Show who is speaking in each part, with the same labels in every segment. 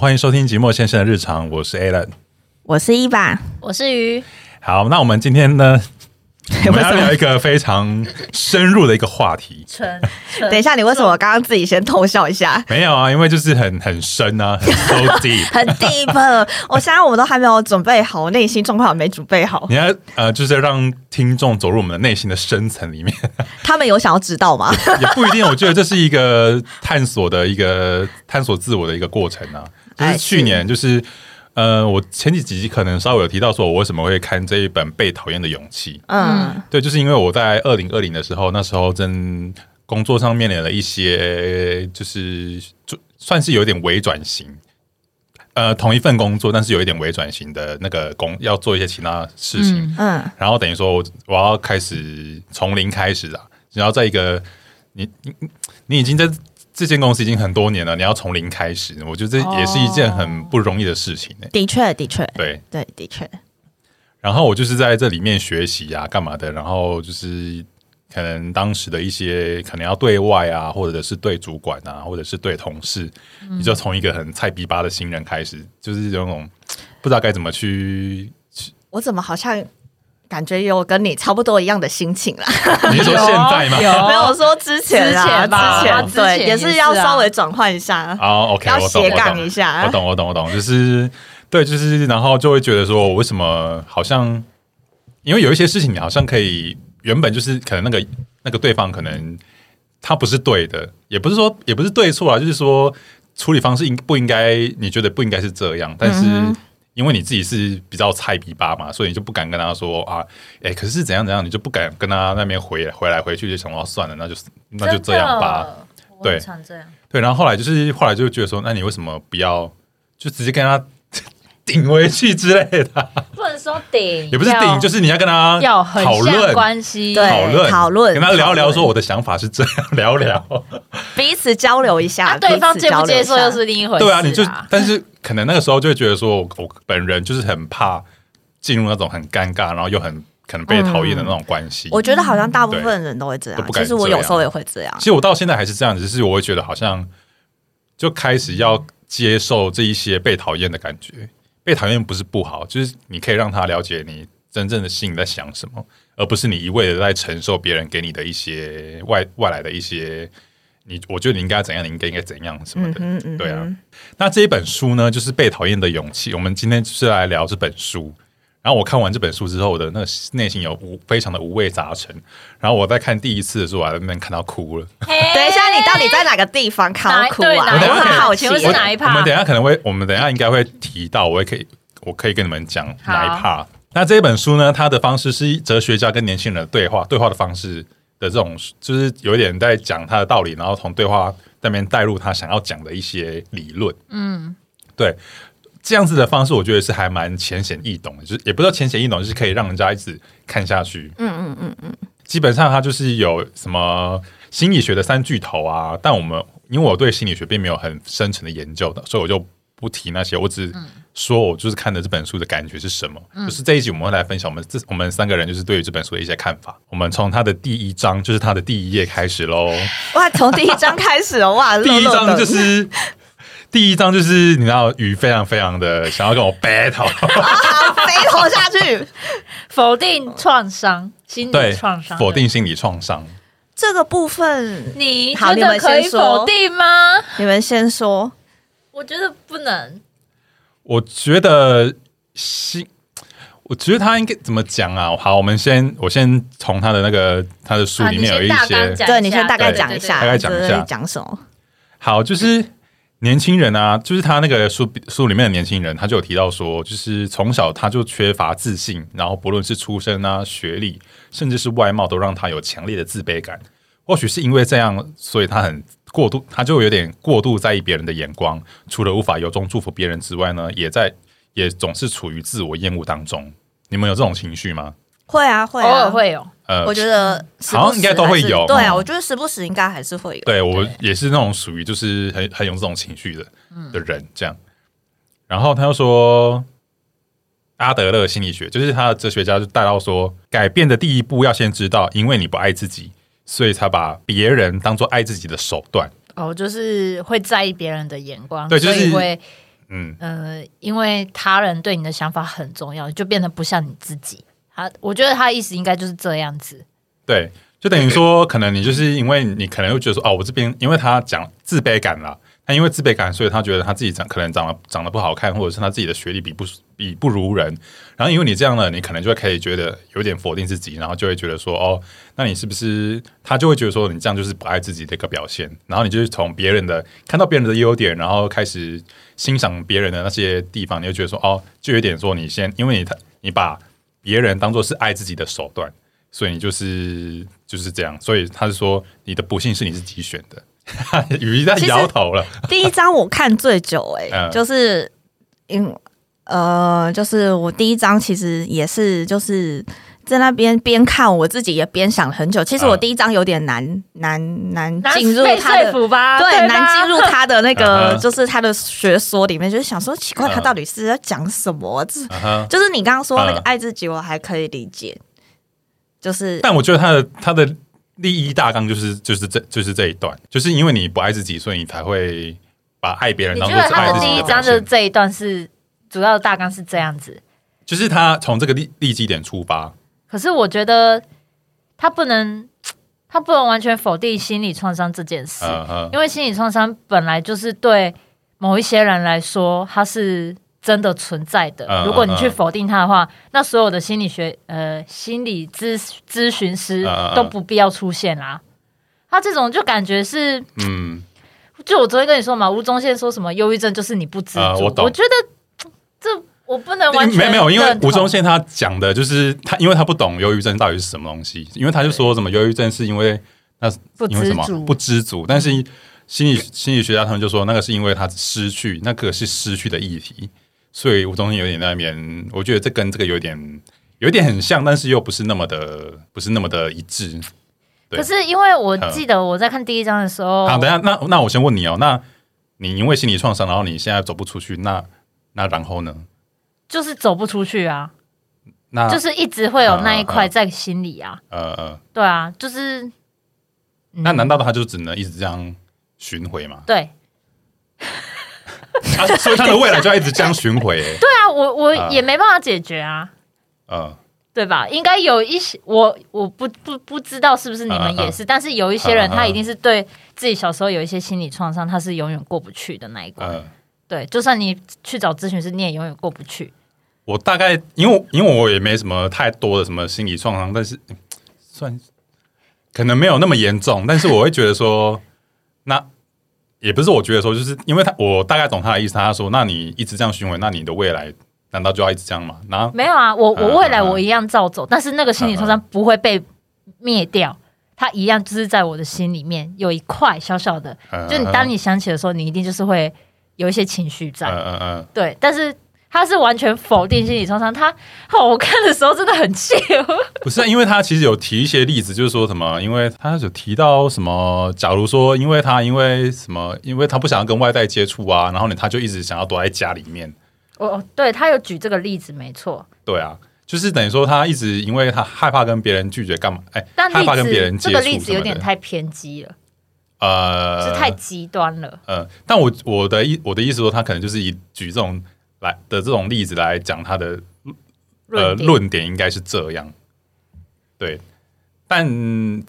Speaker 1: 欢迎收听寂寞先生的日常，我是 Alan。
Speaker 2: 我是一把，
Speaker 3: 我是鱼，
Speaker 1: 好，那我们今天 呢，我们
Speaker 2: 为
Speaker 1: 要
Speaker 2: 什么
Speaker 1: 聊一个非常深入的一个话题。
Speaker 3: 纯
Speaker 2: 等一下，你为什么刚刚自己先偷笑一下？
Speaker 1: 没有啊，因为就是很很深啊，很 so deep。
Speaker 2: 很 deep，我现在我们都还没有准备好，我内心状况也没准备好
Speaker 1: 你。要呃，就是要让听众走入我们的内心的深层里面，
Speaker 2: 他们有想要知道吗？
Speaker 1: 也不一定。我觉得这是一个探索的一个探索自我的一个过程啊。就是
Speaker 2: 哎
Speaker 1: 去年，就是呃，我前几集可能稍微有提到说，我为什么会看这一本《被讨厌的勇气》。
Speaker 2: 嗯，
Speaker 1: 对，就是因为我在二零二零的时候，那时候正工作上面临了一些，就是就算是有点微转型。呃，同一份工作，但是有一点微转型的那个工，要做一些其他事情。
Speaker 2: 嗯，
Speaker 1: 然后等于说我我要开始从零开始啊，然后在一个你你你已经在这间公司已经很多年了，你要从零开始，我觉得这也是一件很不容易的事情、欸
Speaker 2: 的确，的确，
Speaker 1: 对，
Speaker 2: 对，的确，
Speaker 1: 然后我就是在这里面学习啊，干嘛的？然后就是可能当时的一些可能要对外啊，或者是对主管啊，或者是对同事，
Speaker 3: 嗯
Speaker 1: 你就从一个很菜逼吧的新人开始，就是有种不知道该怎么 去。
Speaker 2: 我怎么好像感觉有跟你差不多一样的心情啦？
Speaker 1: 你是说现在吗？
Speaker 3: 有
Speaker 2: 没有说哦之前啊，
Speaker 3: 之前吧
Speaker 2: 之
Speaker 3: 之
Speaker 2: 前
Speaker 3: 前
Speaker 2: 对，
Speaker 3: 也
Speaker 2: 也
Speaker 3: 是
Speaker 2: 是啊要
Speaker 3: 啊
Speaker 2: 稍微转换一下。
Speaker 1: 哦、o k
Speaker 2: 要
Speaker 1: 我懂，
Speaker 2: 斜杠一下
Speaker 1: 我懂，我懂，我懂，我懂，就是对，就是然后就会觉得说，我为什么好像，因为有一些事情你好像可以原本就是可能那个那个对方可能他不是对的，也不是说也不是对错啊，就是说处理方式应不应该，你觉得不应该是这样，但是。
Speaker 2: 嗯
Speaker 1: 因为你自己是比较菜逼吧嘛，所以你就不敢跟他说啊，哎、可是怎样怎样，你就不敢跟他那边回回来回去，就想到算了，那就那就这样吧。，
Speaker 3: 真的
Speaker 1: 对
Speaker 3: 我很常这样，
Speaker 1: 对，然后后来就是后来就觉得说，那你为什么不要就直接跟他 顶回去之类的啊？
Speaker 3: 不能说顶，
Speaker 1: 也不是顶，
Speaker 3: 要
Speaker 1: 就是你要跟他
Speaker 3: 要横
Speaker 1: 讨
Speaker 3: 向
Speaker 1: 论。
Speaker 3: 关系，
Speaker 2: 对
Speaker 1: 讨论，
Speaker 2: 讨论
Speaker 1: 跟他聊一
Speaker 2: 讨
Speaker 1: 聊，
Speaker 2: 论
Speaker 1: 说我的想法是这样，聊聊。
Speaker 2: 彼此交流一下，
Speaker 3: 啊，对方
Speaker 2: 彼此
Speaker 3: 接
Speaker 2: 交
Speaker 3: 不
Speaker 2: 流一
Speaker 3: 接
Speaker 2: 下
Speaker 3: 受又是另一回事。
Speaker 1: 对啊，你就，但是可能那个时候就会觉得说，我我本人就是很怕进入那种很尴尬，然后又很可能被讨厌的那种关系。
Speaker 2: 嗯我觉得好像大部分人都会这
Speaker 1: 对都
Speaker 2: 样
Speaker 1: 不，敢
Speaker 2: 其实我有时候也会这样
Speaker 1: 其。实我到现在还是这样，只是我会觉得好像就开始要接受这一些被讨厌的感觉。被讨厌不是不好，就是你可以让他了解你真正的心里在想什么，而不是你一味的在承受别人给你的一些外外来的一些。你我觉得你应该怎样，你应该应该怎样什么的，
Speaker 2: 嗯嗯
Speaker 1: 对啊。那这一本书呢，就是《被讨厌的勇气》。我们今天就是来聊这本书。然后我看完这本书之后，我的那个内心有五非常的五味杂陈。然后我在看第一次的时候，我还在那边看到哭了。
Speaker 3: 等
Speaker 2: 等一下，你到底在哪个地方
Speaker 3: 哪
Speaker 2: 考
Speaker 3: 一
Speaker 2: 苦
Speaker 3: 对
Speaker 2: 啊？
Speaker 3: 哪
Speaker 1: 一
Speaker 2: 我很
Speaker 1: 块
Speaker 2: 好奇
Speaker 3: 请问是
Speaker 1: 我
Speaker 3: 哪一趴
Speaker 1: 我们等一下可能会，我们等一下应该会提到，我也可以，我可以跟你们讲
Speaker 3: 好
Speaker 1: 哪一趴。那这本书呢，它的方式是哲学家跟年轻人的对话，对话的方式的这种，就是有一点在讲他的道理，然后从对话那边带入他想要讲的一些理论。嗯，对，这样子的方式，我觉得是还蛮浅显易懂的，就是也不知道浅显易懂，就是可以让人家一直看下去。嗯嗯嗯嗯，基本上它就是有什么心理学的三巨头啊，但我们因为我对心理学并没有很深层的研究的，所以我就不提那些，我只
Speaker 3: 嗯
Speaker 1: 说我就是看的这本书的感觉是什么。就是这一集我们会来分享我们这我们三个人就是对于这本书的一些看法。我们从它的第一章，就是它的第一页开始 喽。
Speaker 2: 哇，从第一章开始哦，哇，
Speaker 1: 第一
Speaker 2: 乐乐
Speaker 1: 章
Speaker 2: 的
Speaker 1: 就是。 第一章就是你知道雨非常非常的想要跟我 battle，
Speaker 2: 啊，飞头下去。
Speaker 3: 否定创伤，心
Speaker 1: 对
Speaker 3: 理创伤，
Speaker 1: 否。定心理创伤。
Speaker 2: 这个部分，
Speaker 3: 你
Speaker 2: 好
Speaker 3: 觉
Speaker 2: 你们
Speaker 3: 得可以
Speaker 2: 先说
Speaker 3: 否定吗？
Speaker 2: 你们先说。
Speaker 3: 我觉得不能。
Speaker 1: 我觉得心，我觉得他应该怎么讲啊？好，我们先我先从他的那个他的书
Speaker 3: 啊
Speaker 1: 里
Speaker 3: 你
Speaker 1: 面有
Speaker 3: 先
Speaker 1: 一
Speaker 3: 大
Speaker 1: 些，
Speaker 3: 纲讲
Speaker 2: 对
Speaker 3: 一
Speaker 2: 你
Speaker 3: 下
Speaker 2: 先大概
Speaker 3: 对
Speaker 2: 讲
Speaker 3: 对
Speaker 2: 一
Speaker 3: 对
Speaker 2: 下，
Speaker 1: 大概讲一下
Speaker 2: 这是讲什么？
Speaker 1: 好，就是年轻人啊，就是他那个书书里面的年轻人，他就有提到说，就是从小他就缺乏自信，然后不论是出身啊、学历，甚至是外貌，都让他有强烈的自卑感。或许是因为这样，所以他很过度，他就有点过度在意别人的眼光。除了无法由衷祝福别人之外呢，也在也总是处于自我厌恶当中。你们有这种情绪吗？
Speaker 2: 会啊，会
Speaker 3: 偶
Speaker 2: 啊，
Speaker 3: 尔。会有，
Speaker 1: 呃，
Speaker 2: 我觉得时不时
Speaker 1: 好像应该都会有
Speaker 2: 还是对啊，
Speaker 1: 嗯
Speaker 2: 我觉得时不时应该还是会有。
Speaker 1: 对我也是那种属于就是很很有这种情绪的嗯的人这样。然后他又说，阿德勒心理学就是他的哲学家就带到说，改变的第一步要先知道，因为你不爱自己，所以才把别人当做爱自己的手段。
Speaker 3: 哦，就是会在意别人的眼光，
Speaker 1: 对就是
Speaker 3: 所以会
Speaker 1: 嗯，
Speaker 3: 呃，因为他人对你的想法很重要，就变得不像你自己。他，我觉得他的意思应该就是这样子。
Speaker 1: 对，就等于说，可能你就是因为你可能会觉得说，哦，我这边因为他讲自卑感啦，他因为自卑感，所以他觉得他自己长可能长得长得不好看，或者是他自己的学历比不比不如人。然后因为你这样了，你可能就会可以觉得有点否定自己，然后就会觉得说，哦，那你是不是他就会觉得说你这样就是不爱自己的一个表现。然后你就是从别人的看到别人的优点，然后开始欣赏别人的那些地方，你就觉得说，哦，就有点说你先，因为你他你把别人当做是爱自己的手段。所以你就是就是这样，所以他是说你的不幸是你自己选的。 雨一在摇头了，
Speaker 2: 第一章我看最久、欸，哎、
Speaker 1: 嗯
Speaker 2: 就是因呃，就是我第一章其实也是就是在那边边看，我自己也边想很久。其实我
Speaker 1: 嗯
Speaker 2: 第一章有点难难难
Speaker 3: 那
Speaker 2: 进入
Speaker 3: 被
Speaker 2: 他
Speaker 3: 说
Speaker 2: 的。
Speaker 3: 服啊吧，
Speaker 2: 对，
Speaker 3: 吧
Speaker 2: 难进入他的那个，
Speaker 1: 嗯哼
Speaker 2: 就是他的学说里面，就是想说奇怪，
Speaker 1: 嗯
Speaker 2: 他到底是在讲什么？这
Speaker 1: 啊哈！
Speaker 2: 就是你刚刚说那个
Speaker 1: 嗯
Speaker 2: 爱自己，我还可以理解，就是
Speaker 1: 但我觉得他的他的第一大纲就是就是这就是这一段，就是因为你不爱自己，所以你才会把爱别人
Speaker 3: 你
Speaker 1: 当
Speaker 3: 觉
Speaker 1: 做
Speaker 3: 得
Speaker 1: 是
Speaker 3: 他
Speaker 1: 爱
Speaker 3: 的
Speaker 1: 自
Speaker 3: 第
Speaker 1: 己
Speaker 3: 一
Speaker 1: 的表
Speaker 3: 章的
Speaker 1: 现。
Speaker 3: 这一段是主要的大纲是这样子，
Speaker 1: 就是他从这个利利基点出发，
Speaker 3: 可是我觉得他不能，他不能完全否定心理创伤这件事，
Speaker 1: 嗯哼，
Speaker 3: 因为心理创伤本来就是对某一些人来说，它是真的存在的。
Speaker 1: 嗯
Speaker 3: 如果你去
Speaker 1: 嗯嗯
Speaker 3: 否定它的话，那所有的心理学呃心理咨咨询师
Speaker 1: 嗯嗯嗯
Speaker 3: 都不必要出现啦。他这种就感觉是，
Speaker 1: 嗯，
Speaker 3: 就我昨天跟你说嘛，吴宗宪说什么忧郁症就是你不知足，
Speaker 1: 啊我懂
Speaker 3: 觉得这我不能完全
Speaker 1: 没没有，因为
Speaker 3: 认同
Speaker 1: 吴宗宪他讲的就是他，因为他不懂忧郁症到底是什么东西，因为他就说什么忧郁症是因为那
Speaker 3: 不
Speaker 1: 因为什
Speaker 3: 知
Speaker 1: 么
Speaker 3: 足嗯
Speaker 1: 不知足，但是心理心理学家他们就说那个是因为他失去，那个是失去的议题，所以吴宗宪有点在那边，我觉得这跟这个有点有点很像，但是又不是那么的不是那么的一致。对嗯
Speaker 3: 可是因为我记得我在看第一章的时候，
Speaker 1: 好，等一下那那我先问你哦，那你因为心理创伤，然后你现在走不出去，那那然后呢？
Speaker 3: 就是走不出去啊，
Speaker 1: 那
Speaker 3: 就是一直会有那一
Speaker 1: 啊啊
Speaker 3: 块在心里啊。
Speaker 1: 呃呃，
Speaker 3: 对啊，就是、嗯
Speaker 1: 那难道他就只能一直这样巡回吗？
Speaker 3: 对
Speaker 1: 啊，所以他的未来就要一直这样巡 回、欸。
Speaker 3: 对啊，我我
Speaker 1: 啊
Speaker 3: 也没办法解决啊，
Speaker 1: 嗯
Speaker 3: 对吧？应该有一些我我不不不知道是不是你们也是，但是有一些人
Speaker 1: 啊啊
Speaker 3: 他一定是对自己小时候有一些心理创伤，他是永远过不去的那一关。
Speaker 1: 嗯。
Speaker 3: 对，就算你去找咨询师，你也永远过不去。
Speaker 1: 我大概因为因为我也没什么太多的什么心理创伤，但是嗯算可能没有那么严重，但是我会觉得说，那也不是我觉得说，就是因为他我大概懂他的意思，他说，那你一直这样循环，那你的未来难道就要一直这样吗？然后
Speaker 3: 没有啊，我
Speaker 1: 啊啊
Speaker 3: 我未来
Speaker 1: 啊
Speaker 3: 我一样照走，但是那个心理创伤不会被灭掉。它一样就是在我的心里面有一块小小的，
Speaker 1: 呃
Speaker 3: 就你当你想起的时候，你一定就是会有一些情绪在。
Speaker 1: 嗯嗯嗯，
Speaker 3: 对，但是他是完全否定心理创伤。他好，我看的时候真的很 气，
Speaker 1: 不是啊，因为他其实有提一些例子，就是说什么，因为他有提到什么，假如说，因为他因为什么，因为他不想要跟外在接触啊，然后呢，他就一直想要躲在家里面。
Speaker 3: 我哦对他有举这个例子，没错，
Speaker 1: 对啊，就是等于说他一直因为他害怕跟别人拒绝干嘛？哎、
Speaker 3: 但
Speaker 1: 害怕跟别
Speaker 3: 例
Speaker 1: 人
Speaker 3: 子
Speaker 1: 接
Speaker 3: 这
Speaker 1: 触
Speaker 3: 个例子
Speaker 1: 什么的
Speaker 3: 有点太偏激了，
Speaker 1: 呃
Speaker 3: 是太极端了。
Speaker 1: 呃，但我我的意我的意思说，他可能就是以举这种来的这种例子来讲他的呃
Speaker 3: 论点
Speaker 1: 论点应该是这样，对。但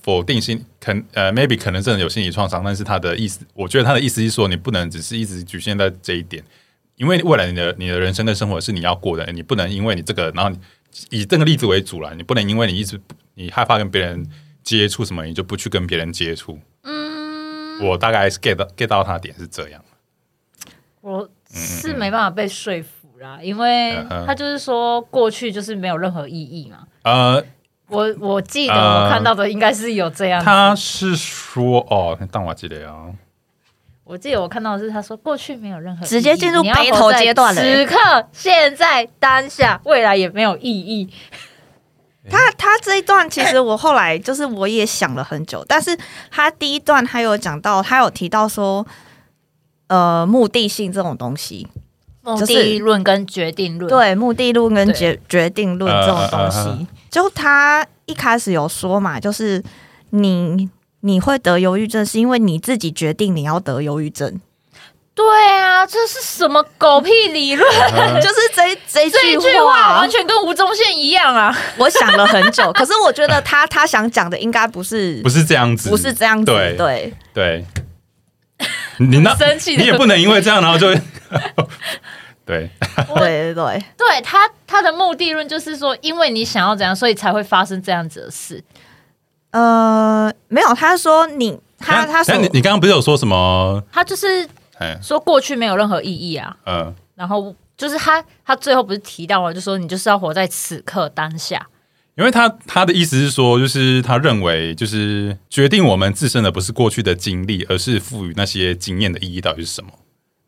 Speaker 1: 否定心肯呃，maybe 可能真的有心理创伤，但是他的意思，我觉得他的意思是说，你不能只是一直局限在这一点，因为未来你的你的人生跟生活是你要过的，你不能因为你这个，然后你以这个例子为主啦，你不能因为你一直不你害怕跟别人接触什么，你就不去跟别人接触。嗯，我大概是 get 到 get 到他的点是这样。
Speaker 3: 我是没办法被说服啦，因为
Speaker 1: 嗯哼
Speaker 3: 他就是说过去就是没有任何意义嘛。
Speaker 1: 呃，
Speaker 3: 我我记得
Speaker 1: 呃
Speaker 3: 我看到的应该是有这样子，
Speaker 1: 他是说哦，当我记得哦，
Speaker 3: 我记得我看到的是他说过去没有任何意义
Speaker 2: 直接进入
Speaker 3: 你要活
Speaker 2: 白头阶段了
Speaker 3: 在此刻、现在、当下、未来也没有意义。
Speaker 2: 他他这一段其实我后来就是我也想了很久，但是他第一段他有讲到，他有提到说，呃，目的性这种东西，
Speaker 3: 目
Speaker 2: 是
Speaker 3: 的论跟决定论，
Speaker 2: 对，目的论跟
Speaker 3: 对
Speaker 2: 决决定论这种
Speaker 1: 呃
Speaker 2: 东
Speaker 1: 呃呃
Speaker 2: 西，就他一开始有说嘛，就是你你会得忧郁症，是因为你自己决定你要得忧郁症，
Speaker 3: 对啊，这是什么狗屁理论？
Speaker 2: 就是这这一
Speaker 3: 这一句话完全跟吴宗宪一样啊！
Speaker 2: 我想了很久，可是我觉得他他想讲的应该不是
Speaker 1: 不是这样子，
Speaker 2: 不是这样子，
Speaker 1: 对
Speaker 2: 对，
Speaker 1: 对，你那
Speaker 3: 生气的
Speaker 1: 你也不能因为这样，然后就 对
Speaker 2: 对对对，
Speaker 3: 对他他的目的论就是说，因为你想要怎样，所以才会发生这样子的事。
Speaker 2: 呃，没有，他说你
Speaker 1: 那
Speaker 2: 他他说
Speaker 1: 哎那你你刚刚不是有说什么？
Speaker 3: 他就是
Speaker 1: 哎，
Speaker 3: 说过去没有任何意义啊，
Speaker 1: 嗯，
Speaker 3: 然后就是他他最后不是提到嘛，就说你就是要活在此刻当下。
Speaker 1: 因为他他的意思是说，就是他认为，就是决定我们自身的不是过去的经历，而是赋予那些经验的意义到底是什么。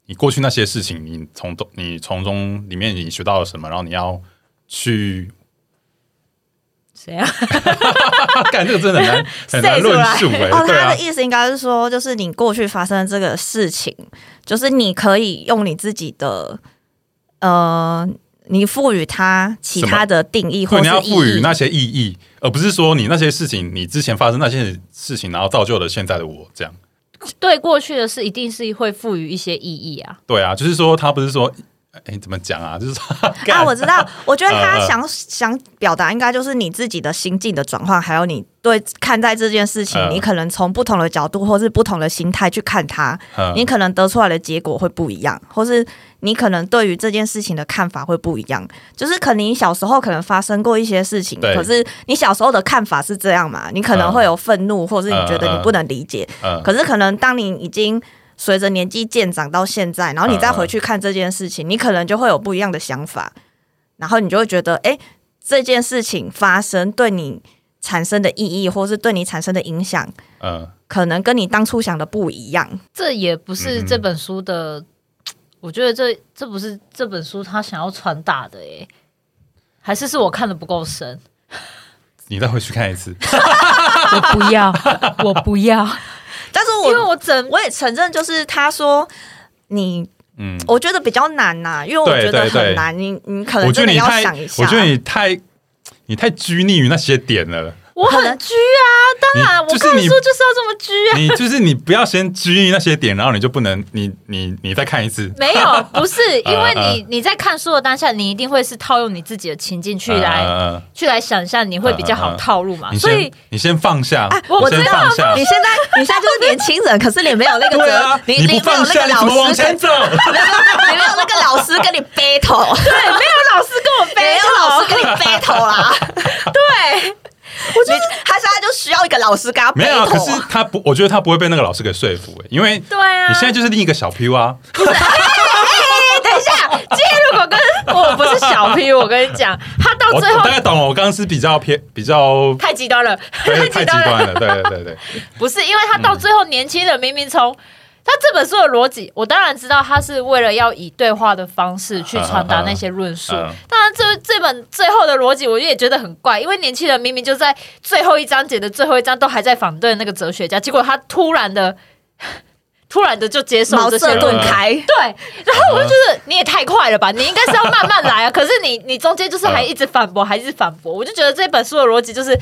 Speaker 1: 你过去那些事情，你从中你从中里面你学到了什么，然后你要去，
Speaker 3: 谁啊？
Speaker 1: 啊干这个真的很难很难
Speaker 3: 塞出
Speaker 1: 论
Speaker 3: 来
Speaker 1: 述哎、
Speaker 2: 哦，
Speaker 1: 对
Speaker 2: 他
Speaker 1: 啊
Speaker 2: 的，意思应该是说，就是你过去发生的这个事情，就是你可以用你自己的呃，你赋予它其他的定义
Speaker 1: 对，
Speaker 2: 或
Speaker 1: 你要
Speaker 2: 是意
Speaker 1: 赋予
Speaker 2: 义。啊
Speaker 1: 那些意义，而不是说你那些事情，你之前发生那些事情，然后造就了现在的我这样。
Speaker 3: 对过去的事一定是会赋予一些意义啊。
Speaker 1: 对啊，就是说他不是说，哎，怎么讲啊？就是说
Speaker 2: 啊，
Speaker 1: 干
Speaker 2: 我知 道，我觉得他
Speaker 1: 呃呃
Speaker 2: 想、想表达应该就是你自己的心境的转换，还有你对看待这件事情，
Speaker 1: 呃
Speaker 2: 你可能从不同的角度或是不同的心态去看它，
Speaker 1: 嗯
Speaker 2: 你可能得出来的结果会不一样，或是你可能对于这件事情的看法会不一样。就是可能你小时候可能发生过一些事情，
Speaker 1: 对
Speaker 2: 可是你小时候的看法是这样嘛？你可能会有愤怒，或是你觉得你不能理解。
Speaker 1: 嗯
Speaker 2: 可是可能当你已经随着年纪渐长到现在，然后你再
Speaker 1: 嗯
Speaker 2: 回去看这件事情，你可能就会有不一样的想法，然后你就会觉得，哎、这件事情发生对你产生的意义，或是对你产生的影响，
Speaker 1: 嗯，
Speaker 2: 可能跟你当初想的不一样。
Speaker 3: 这也不
Speaker 1: 嗯
Speaker 3: 是
Speaker 1: 哼
Speaker 3: 这本书的，我觉得这这不是这本书他想要传达的诶，还是是我看的不够深？
Speaker 1: 你再回去看一次。
Speaker 3: 我不要， 我不要，
Speaker 2: 但是我
Speaker 3: 因为我整
Speaker 2: 我也承认，就是他说你，
Speaker 1: 嗯，
Speaker 2: 我觉得比较难呐、因为我
Speaker 1: 对
Speaker 2: 觉得
Speaker 1: 对对
Speaker 2: 很难，你你可
Speaker 1: 我
Speaker 2: 能
Speaker 1: 觉得
Speaker 2: 真的
Speaker 1: 你
Speaker 2: 要
Speaker 1: 太
Speaker 2: 想一，下。
Speaker 1: 我觉得你太，你太拘泥于那些点 了。
Speaker 3: 我很拘啊，当然我
Speaker 1: 你
Speaker 3: 看
Speaker 1: 就是你
Speaker 3: 书就是要这么拘啊。
Speaker 1: 你就是你不要先拘泥于那些点，然后你就不能，你你你再看一次。
Speaker 3: 没有，不是，因为
Speaker 1: 呃
Speaker 3: 你你在看书的当下，你一定会是套用你自己的情境去来、
Speaker 1: 嗯嗯
Speaker 3: 去来想象，你会比较
Speaker 1: 呃
Speaker 3: 好
Speaker 1: 呃
Speaker 3: 套路嘛。
Speaker 2: 啊
Speaker 1: 嗯你
Speaker 3: 所以
Speaker 1: 先你先放下，
Speaker 3: 我
Speaker 1: 你先
Speaker 3: 知道
Speaker 1: 放下
Speaker 2: 你。现在你现在就是年轻人，可是你没有那 个
Speaker 1: 对
Speaker 2: 责，
Speaker 1: 啊，
Speaker 2: 你
Speaker 1: 不
Speaker 2: 没有
Speaker 1: 放
Speaker 2: 那
Speaker 1: 下，
Speaker 2: 个
Speaker 1: 你怎么
Speaker 2: 老
Speaker 1: 往
Speaker 2: 师，
Speaker 1: 前走？
Speaker 2: 你没有那个老师跟你 battle，
Speaker 3: 对，哎没有老师跟我
Speaker 2: 没
Speaker 3: 背
Speaker 2: 有老师跟你 battle
Speaker 1: 啊
Speaker 2: 啦。
Speaker 3: 对，
Speaker 2: 我觉得他现在就需要一个老师跟他
Speaker 1: 没有，可
Speaker 2: battle
Speaker 1: 是
Speaker 2: 啊。
Speaker 1: 他不，我觉得他不会被那个老师给说服、欸，因为
Speaker 3: 对啊
Speaker 1: 你现在就是另一个小 P 啊，
Speaker 3: 哎、等一下，今天如果跟我不是小 P，我跟你讲，他到
Speaker 1: 我
Speaker 3: 最后
Speaker 1: 大概懂了，我刚刚是比较偏比 较
Speaker 3: 太极端了，
Speaker 1: 对太
Speaker 3: 极
Speaker 1: 极
Speaker 3: 端了，
Speaker 1: 端了，对对对 对，
Speaker 3: 不是因为他到最后年轻人明明从。他这本书的逻辑，我当然知道，他是为了要以对话的方式去传达那些论述。
Speaker 1: 嗯嗯嗯
Speaker 3: 当然这这本最后的逻辑，我也觉得很怪，因为年轻人明明就在最后一章节的最后一章都还在反对那个哲学家，结果他突然的、 突然的就接受
Speaker 2: 茅
Speaker 3: 这些
Speaker 2: 塞
Speaker 3: 论
Speaker 2: 顿 开，
Speaker 3: 对，然后我就觉
Speaker 1: 嗯
Speaker 3: 得你也太快了吧，你应该是要慢 慢来啊。可是你你中间就是还一直反驳，还一直反驳，我就觉得这本书的逻辑就是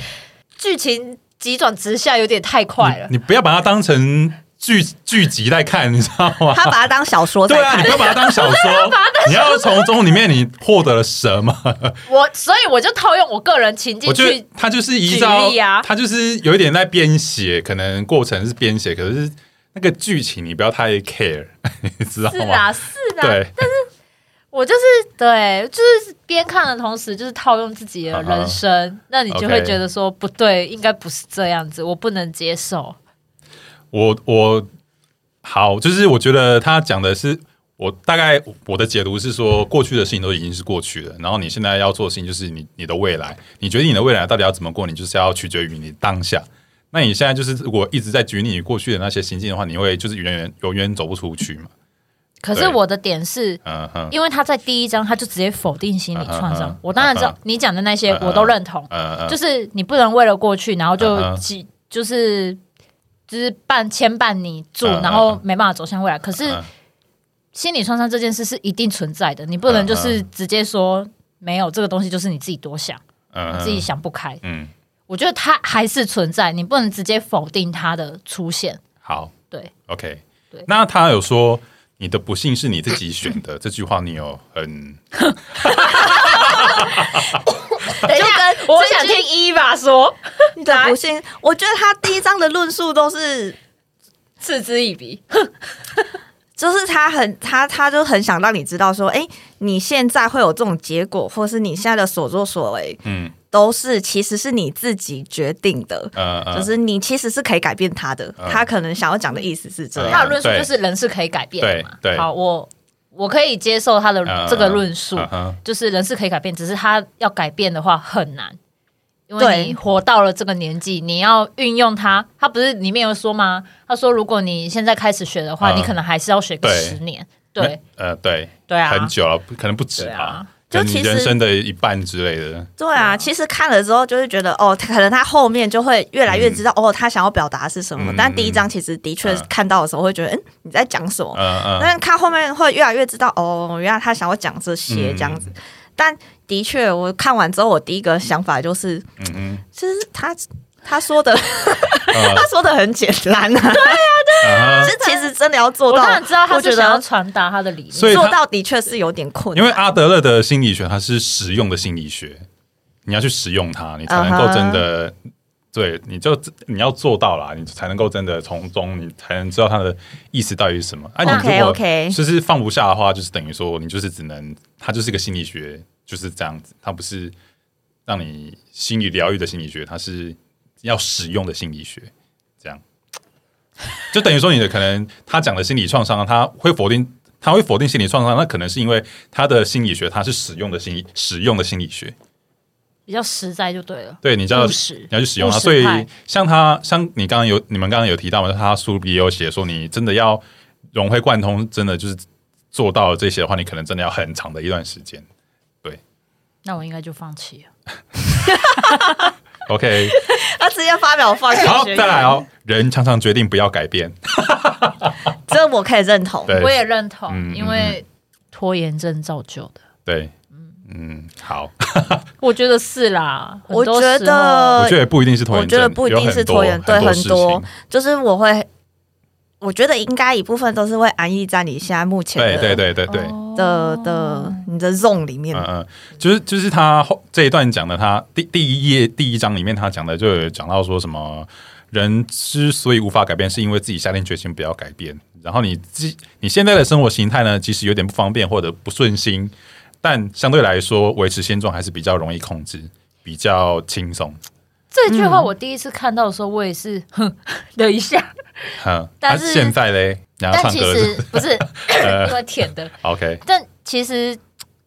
Speaker 3: 剧情急转直下，有点太快了。
Speaker 1: 你不要把它当成剧剧集在看，你知道 吗？
Speaker 2: 他把它当小说在
Speaker 1: 对啊，
Speaker 2: 看
Speaker 1: 你。不要把它当小说，你要从中里面你获得了什么？
Speaker 3: 我所以我就套用我个人情境
Speaker 1: 我觉得
Speaker 3: 去，
Speaker 1: 他就是依
Speaker 3: 举
Speaker 1: 照
Speaker 3: 例，啊
Speaker 1: 他就是有一点在编写，可能过程是编写，可是那个剧情你不要太 care，你 知道
Speaker 3: 是
Speaker 1: 吗？
Speaker 3: 啊是啊，
Speaker 1: 对，
Speaker 3: 我就是对，就是边看的同时就是套用自己的人生，那你就会
Speaker 1: OK
Speaker 3: 觉得说不对，应该不是这样子，我不能接受。
Speaker 1: 我我好，就是我觉得他讲的是。我大概我的解读是说，过去的事情都已经是过去了，然后你现在要做的事情就是你你的未来，你决定你的未来到底要怎么过，你就是要取决于你当下。那你现在就是如果一直在拘泥于过去的那些心境的话，你会就是永远永远走不出去嘛？
Speaker 3: 可是
Speaker 1: 对
Speaker 3: 我的点是，
Speaker 1: 嗯哼，
Speaker 3: 因为他在第一章他就直接否定心理创
Speaker 1: 嗯嗯
Speaker 3: 伤
Speaker 1: 嗯，
Speaker 3: 我当然
Speaker 1: 嗯
Speaker 3: 知道你讲的那些
Speaker 1: 嗯嗯
Speaker 3: 我都认同，
Speaker 1: 嗯嗯，
Speaker 3: 就是你不能为了过去，然
Speaker 1: 嗯
Speaker 3: 后就
Speaker 1: 嗯
Speaker 3: 几就是就是绊牵绊你住，
Speaker 1: 嗯嗯嗯
Speaker 3: 然后没办法走向未来。可是
Speaker 1: 嗯
Speaker 3: 心理创伤这件事是一定存在的，你不
Speaker 1: 嗯
Speaker 3: 能就是直接说没有这个东西，就是你自己多想，
Speaker 1: 嗯
Speaker 3: 你
Speaker 1: 嗯
Speaker 3: 自己想不开。
Speaker 1: 嗯，
Speaker 3: 我觉得它还是存在，你不能直接否定它的出现。
Speaker 1: 好
Speaker 3: 对，
Speaker 1: ，OK，
Speaker 3: 对
Speaker 1: 那他有说你的不幸是你自己选的这句话，你有很
Speaker 3: 等一下
Speaker 2: 就，跟
Speaker 3: 我
Speaker 2: 这
Speaker 3: 想
Speaker 2: 句
Speaker 3: 听伊娃说，
Speaker 2: 你的不幸，我觉得他第一章的论述都是，
Speaker 4: 嗤之以鼻。
Speaker 2: 就是他很他他就很想让你知道说，哎、你现在会有这种结果，或是你现在的所作所为，
Speaker 1: 嗯
Speaker 2: 都是其实是你自己决定的。
Speaker 1: 呃呃，
Speaker 2: 就是你其实是可以改变他的，
Speaker 1: 嗯
Speaker 2: 他可能想要讲的意思是这
Speaker 1: 嗯
Speaker 2: 样。
Speaker 3: 他的论述
Speaker 1: 对
Speaker 3: 就是人是可以改变的嘛。
Speaker 1: 对对
Speaker 3: 好，我我可以接受他的
Speaker 1: 嗯
Speaker 3: 这个论述，
Speaker 1: 嗯哼
Speaker 3: 就是人是可以改变，只是他要改变的话很难，因为
Speaker 2: 对
Speaker 3: 你活到了这个年纪，你要运用它。他不是里面有说吗？他说如果你现在开始学的话，
Speaker 1: 嗯
Speaker 3: 你可能还是要学个
Speaker 1: 对
Speaker 3: 十年。对
Speaker 1: 那呃对，
Speaker 3: 对啊，
Speaker 1: 很久了，不可能不止
Speaker 3: 对
Speaker 1: 吧
Speaker 3: 啊，
Speaker 1: 可能你
Speaker 2: 就其实
Speaker 1: 人生的一半之类的。
Speaker 2: 对啊，
Speaker 4: 嗯
Speaker 2: 其实看了之后就会觉得，哦，他可能他后面就会越来越知道，哦，他想要表达的是什么。
Speaker 1: 嗯
Speaker 2: 但第一章其实的确
Speaker 1: 嗯
Speaker 2: 看到的时候会觉得，嗯，你在讲什么？
Speaker 1: 嗯嗯，
Speaker 2: 但看后面会越来越知道，哦，原来他想要讲这些
Speaker 1: 嗯
Speaker 2: 这样子。但的确，我看完之后，我第一个想法就是，
Speaker 1: 嗯嗯，
Speaker 2: 其实他他说的
Speaker 1: 呃
Speaker 2: 他说的很简单 啊，
Speaker 1: 嗯哼
Speaker 2: 这其实真的要做
Speaker 3: 我
Speaker 2: 到，
Speaker 3: 当然知道他
Speaker 2: 我觉
Speaker 3: 是想要
Speaker 2: 得
Speaker 3: 传达他的理
Speaker 1: 所
Speaker 3: 念。
Speaker 1: 以他
Speaker 2: 做到的确是有点困
Speaker 1: 因
Speaker 2: 难，
Speaker 1: 为阿德勒的心理学它是实用的心理学，你要去使用它，你才能够真的。对，你就你要做到啦，你才能够真的从中，你才能知道它的意思到底是什么。啊，你如果
Speaker 2: OK，OK
Speaker 1: 就是放不下的话，就是等于说你就是只能，它就是一个心理学，就是这样子，它不是让你心理疗愈的心理学，它是要使用的心理学。这样，就等于说你的可能他讲的心理创伤，他会否定，他会否定心理创伤，那可能是因为他的心理学，他是使用的心理使用的心理学，
Speaker 3: 比较实在就对了。
Speaker 1: 对你就要
Speaker 3: 务实
Speaker 1: 你要去使用它。啊
Speaker 3: 务实
Speaker 1: 所以
Speaker 3: 派
Speaker 1: 像他像你刚刚有你们刚刚有提到嘛，他书里也有写说，你真的要融会贯通，真的就是做到这些的话，你可能真的要很长的一段时间。
Speaker 3: 那我应该就放弃了。
Speaker 1: OK，
Speaker 2: 他直接发表放弃
Speaker 1: 好，
Speaker 2: 学
Speaker 1: 再来哦。人常常决定不要改变，
Speaker 2: 这我可以认同。
Speaker 1: 对
Speaker 3: 我也认同，
Speaker 1: 嗯嗯
Speaker 3: 因为拖延症造就的。
Speaker 1: 对，嗯，好，
Speaker 3: 我觉得是啦，
Speaker 2: 我
Speaker 3: 很
Speaker 2: 觉
Speaker 3: 多时候
Speaker 2: 得
Speaker 1: 我觉得不一定是拖延症，
Speaker 2: 呃我觉得不一定
Speaker 1: 有很
Speaker 2: 是
Speaker 1: 多
Speaker 2: 拖延对
Speaker 1: 很
Speaker 2: 很多
Speaker 1: 事情
Speaker 2: 就是我会，我觉得应该一部分都是会安逸在你现在目前
Speaker 1: 对对
Speaker 2: 的
Speaker 1: 对对对，
Speaker 3: 哦
Speaker 2: 的的你的 zone 里面。
Speaker 1: 嗯嗯，就是就是他后这一段讲的他，第第一页第一章里面他讲的就有讲到说什么人之所以无法改变，是因为自己下定决心不要改变。然后你自你现在的生活形态呢，即使有点不方便或者不顺心，但相对来说维持现状还是比较容易控制，比较轻松。
Speaker 3: 这句话我第一次看到的时候，我也是 哼了一 下，
Speaker 1: 嗯，
Speaker 3: 但
Speaker 1: 啊
Speaker 3: 是
Speaker 1: 现在嘞，你要
Speaker 3: 但
Speaker 1: 唱
Speaker 3: 其
Speaker 1: 歌
Speaker 3: 实
Speaker 1: 是
Speaker 3: 不是
Speaker 1: 呃
Speaker 3: 因为舔的，
Speaker 1: OK，
Speaker 3: 但其实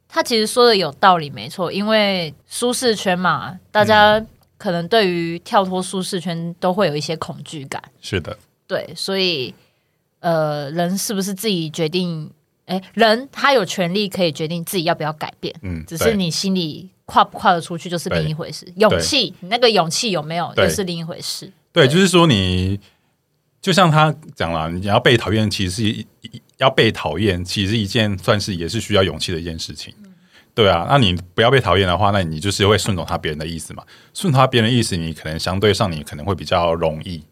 Speaker 3: 他其实说的有道理，没错，因为舒适圈嘛，大
Speaker 1: 嗯
Speaker 3: 家可能对于跳脱舒适圈都会有一些恐惧感，
Speaker 1: 是的，
Speaker 3: 对，所以呃，人是不是自己决定？哎，人他有权利可以决定自己要不要改变，
Speaker 1: 嗯，
Speaker 3: 只是
Speaker 1: 对
Speaker 3: 你心里跨不跨得出去就是另一回事。勇气，你那个勇气有没有，
Speaker 1: 对
Speaker 3: 又是另一回事。
Speaker 1: 对，就是说你就像他讲了，你要被讨厌，其实是一一要被讨厌，其实一件算是也是需要勇气的一件事情。对啊，那你不要被讨厌的话，那你就是会顺从他别人的意思嘛。顺从他别人的意思，你可能相对上你可能会比较容易，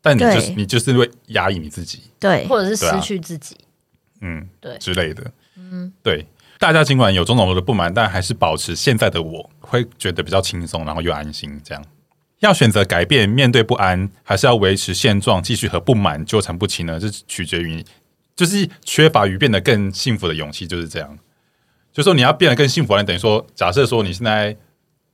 Speaker 1: 但你就是
Speaker 2: 对
Speaker 1: 你就是会压抑你自己，
Speaker 2: 对，
Speaker 3: 或者是
Speaker 1: 对啊
Speaker 3: 失去自己。
Speaker 1: 嗯，
Speaker 3: 对
Speaker 1: 之类的，嗯，对。大家尽管有种种的不满，但还是保持现在的我，会觉得比较轻松，然后又安心。这样要选择改变，面对不安，还是要维持现状，继续和不满纠缠不清呢？这取决于，就是缺乏于变得更幸福的勇气，就是这样。就说你要变得更幸福，那等于说，假设说你现在，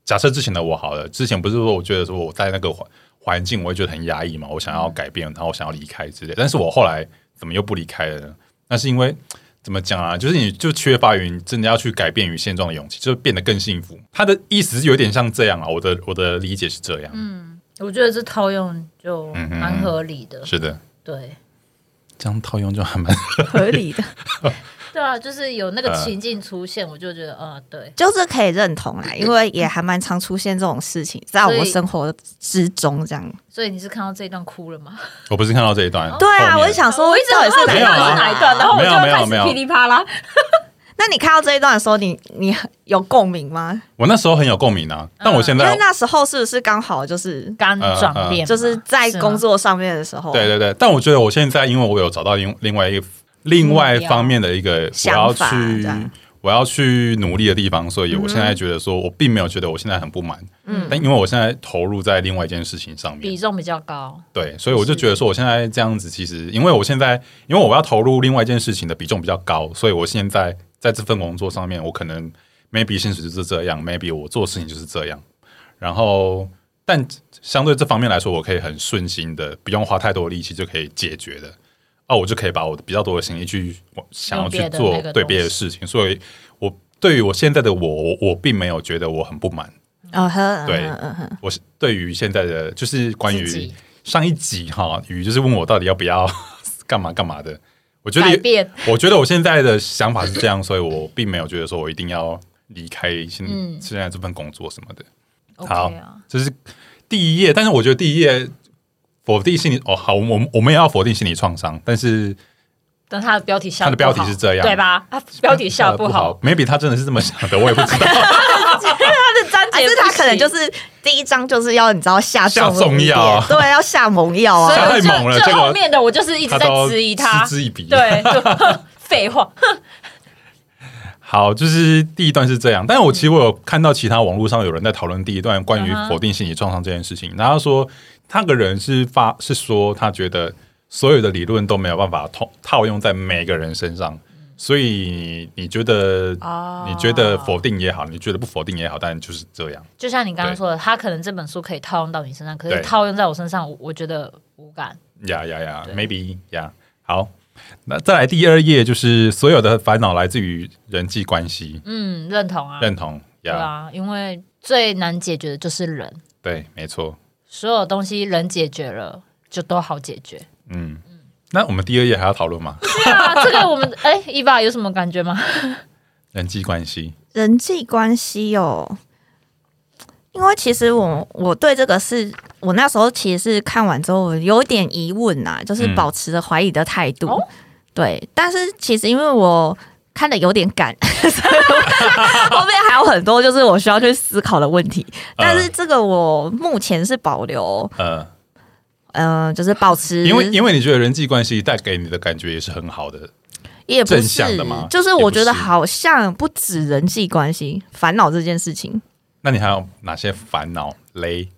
Speaker 1: 假设之前的我好了，之前不是说我觉得说我在那个环环境，我会觉得很压抑嘛，我想要改变，然后我想要离开之类，但是我后来怎么又不离开了呢？那是因为怎么讲啊？就是你就缺乏于你真的要去改变于现状的勇气，就变得更幸福。他的意思是有点像这样啊，我的我的理解是这样。
Speaker 2: 嗯
Speaker 3: 我觉得这套用就
Speaker 1: 嗯哼
Speaker 3: 蛮合理的，
Speaker 1: 是的，
Speaker 3: 对
Speaker 1: 这样套用就还蛮
Speaker 2: 合理的，
Speaker 3: 对啊，就是有那个
Speaker 1: 呃
Speaker 3: 情境出现，我就觉得呃，对，
Speaker 2: 就是可以认同
Speaker 3: 嗯
Speaker 2: 啦，因为也还蛮常出现这种事情，在我生活之中这样。
Speaker 3: 所以你是看到这一段哭了吗？
Speaker 1: 我不是看到这一段，
Speaker 2: 对啊，
Speaker 1: 后
Speaker 2: 我
Speaker 1: 面
Speaker 2: 就想说，
Speaker 3: 哦我一直
Speaker 2: 到底
Speaker 3: 很好
Speaker 2: 是
Speaker 3: 奇
Speaker 2: 哪
Speaker 1: 没
Speaker 2: 一
Speaker 1: 有啊
Speaker 2: 段
Speaker 3: 是哪一段，然后我就
Speaker 1: 没有
Speaker 3: 开
Speaker 1: 没有
Speaker 3: 始噼里啪啦。
Speaker 2: 那你看到这一段的时候，你你有共鸣吗？
Speaker 1: 我那时候很有共鸣啊，但我现
Speaker 2: 因
Speaker 1: 在
Speaker 2: 为那时候是不是刚好就是
Speaker 3: 刚转变嘛，
Speaker 2: 就是在
Speaker 3: 啊是吗
Speaker 2: 工作上面的时候，
Speaker 1: 对对对，但我觉得我现在因为我有找到另另外一个另外方面的一个我要
Speaker 2: 想法
Speaker 1: 去
Speaker 2: 这样嗯
Speaker 1: 我要去努力的地方，所以我现在觉得说我并没有觉得我现在很不满，嗯，但因为我现在投入在另外一件事情上面
Speaker 3: 比，重比较高，
Speaker 1: 对，所以我就觉得说我现在这样子，其实因为我现在因为我要投入另外一件事情的比重比较高，所以我现在在这份工作上面，我可能 maybe 薪水就是这样，maybe 我做事情就是这样，然后但相对这方面来说，我可以很顺心的，不用花太多的力气就可以解决的。哦，我就可以把我比较多的心力去我想要
Speaker 3: 用
Speaker 1: 去
Speaker 3: 别的
Speaker 1: 做
Speaker 3: 那个
Speaker 1: 对
Speaker 3: 东
Speaker 1: 别的事情，所以我对于我现在的我，我我并没有觉得我很不满。
Speaker 2: 哦呵，
Speaker 1: 对
Speaker 2: 嗯嗯
Speaker 3: 啊
Speaker 2: 嗯嗯
Speaker 1: 我是对于现在的就是关
Speaker 3: 自己
Speaker 1: 于上一集哈，雨就是问我到底要不要 干嘛干嘛的，我觉
Speaker 3: 改
Speaker 1: 得
Speaker 3: 变
Speaker 1: 我觉得我现在的想法是这样，所以我并没有觉得说我一定要离开现
Speaker 3: 嗯
Speaker 1: 现在这份工作什么的。好
Speaker 3: OK 啊，
Speaker 1: 这是第一页，但是我觉得第一页否定心理哦，好，我们我们也要否定心理创伤，但是
Speaker 3: 但它的标题下
Speaker 1: 它的
Speaker 3: 不好
Speaker 1: 标题是这样
Speaker 3: 对吧？它标题下得不 好，
Speaker 1: 呃，maybe 他真的是这么想的，我也不知道。
Speaker 3: 但
Speaker 2: 啊还是他可能就是第一章就是要你知道下重
Speaker 1: 下重药啊
Speaker 2: 一点对，要下猛药啊
Speaker 3: 所以，我
Speaker 1: 太
Speaker 3: 就
Speaker 1: 猛了
Speaker 3: 就
Speaker 1: 这个
Speaker 3: 后面的我就是 一直
Speaker 1: 他
Speaker 3: 在
Speaker 1: 都
Speaker 3: 质疑他，
Speaker 1: 嗤之以鼻。
Speaker 3: 对，就 哼废话，
Speaker 1: 好，就是第一段是这样，但是我其实我有看到其他网络上有人在讨论第一段关于
Speaker 3: 嗯哼
Speaker 1: 否定心理创伤这件事情，然后他说他个人是发是说他觉得所有的理论都没有办法套套用在每个人身上，
Speaker 3: 嗯
Speaker 1: 所以你觉得、
Speaker 3: 哦
Speaker 1: 你觉得否定也好，你觉得不否定也好，但就是这样，
Speaker 3: 就像你刚刚
Speaker 1: 对
Speaker 3: 说的，他可能这本书可以套用到你身上，可是
Speaker 1: 对
Speaker 3: 套用在我身上，我我觉得无感。
Speaker 1: 呀呀呀
Speaker 3: 对
Speaker 1: ，maybe 呀、好。那再来第二页，就是所有的烦恼来自于人际关系，
Speaker 3: 嗯，认同啊，
Speaker 1: 认同
Speaker 3: 对
Speaker 1: 呀
Speaker 3: 啊，因为最难解决的就是人，
Speaker 1: 对，没错。
Speaker 3: 所有东西人解决了就都好解决。
Speaker 1: 嗯，那我们第二页还要讨论吗？
Speaker 3: 对啊，这个我们 哎，伊爸有什么感觉吗？
Speaker 1: 人际关系，
Speaker 2: 人际关系哦，因为其实我我对这个是我那时候其实是看完之后我有点疑问呐、就是
Speaker 1: 嗯
Speaker 2: 保持着怀疑的态度。
Speaker 3: 哦
Speaker 2: 对，但是其实因为我看的有点赶， 所以我后面还有很多就是我需要去思考的问题。但是这个我目前是保留，
Speaker 1: 呃，
Speaker 2: 嗯、就是保持，
Speaker 1: 因为因为你觉得人际关系带给你的感觉也是很好的，
Speaker 2: 也不
Speaker 1: 正
Speaker 2: 是
Speaker 1: 向的吗，
Speaker 2: 就是我觉
Speaker 1: 也
Speaker 2: 得
Speaker 1: 不是
Speaker 2: 好像不止人际关系烦恼这件事情。
Speaker 1: 那你还有哪些烦恼嘞？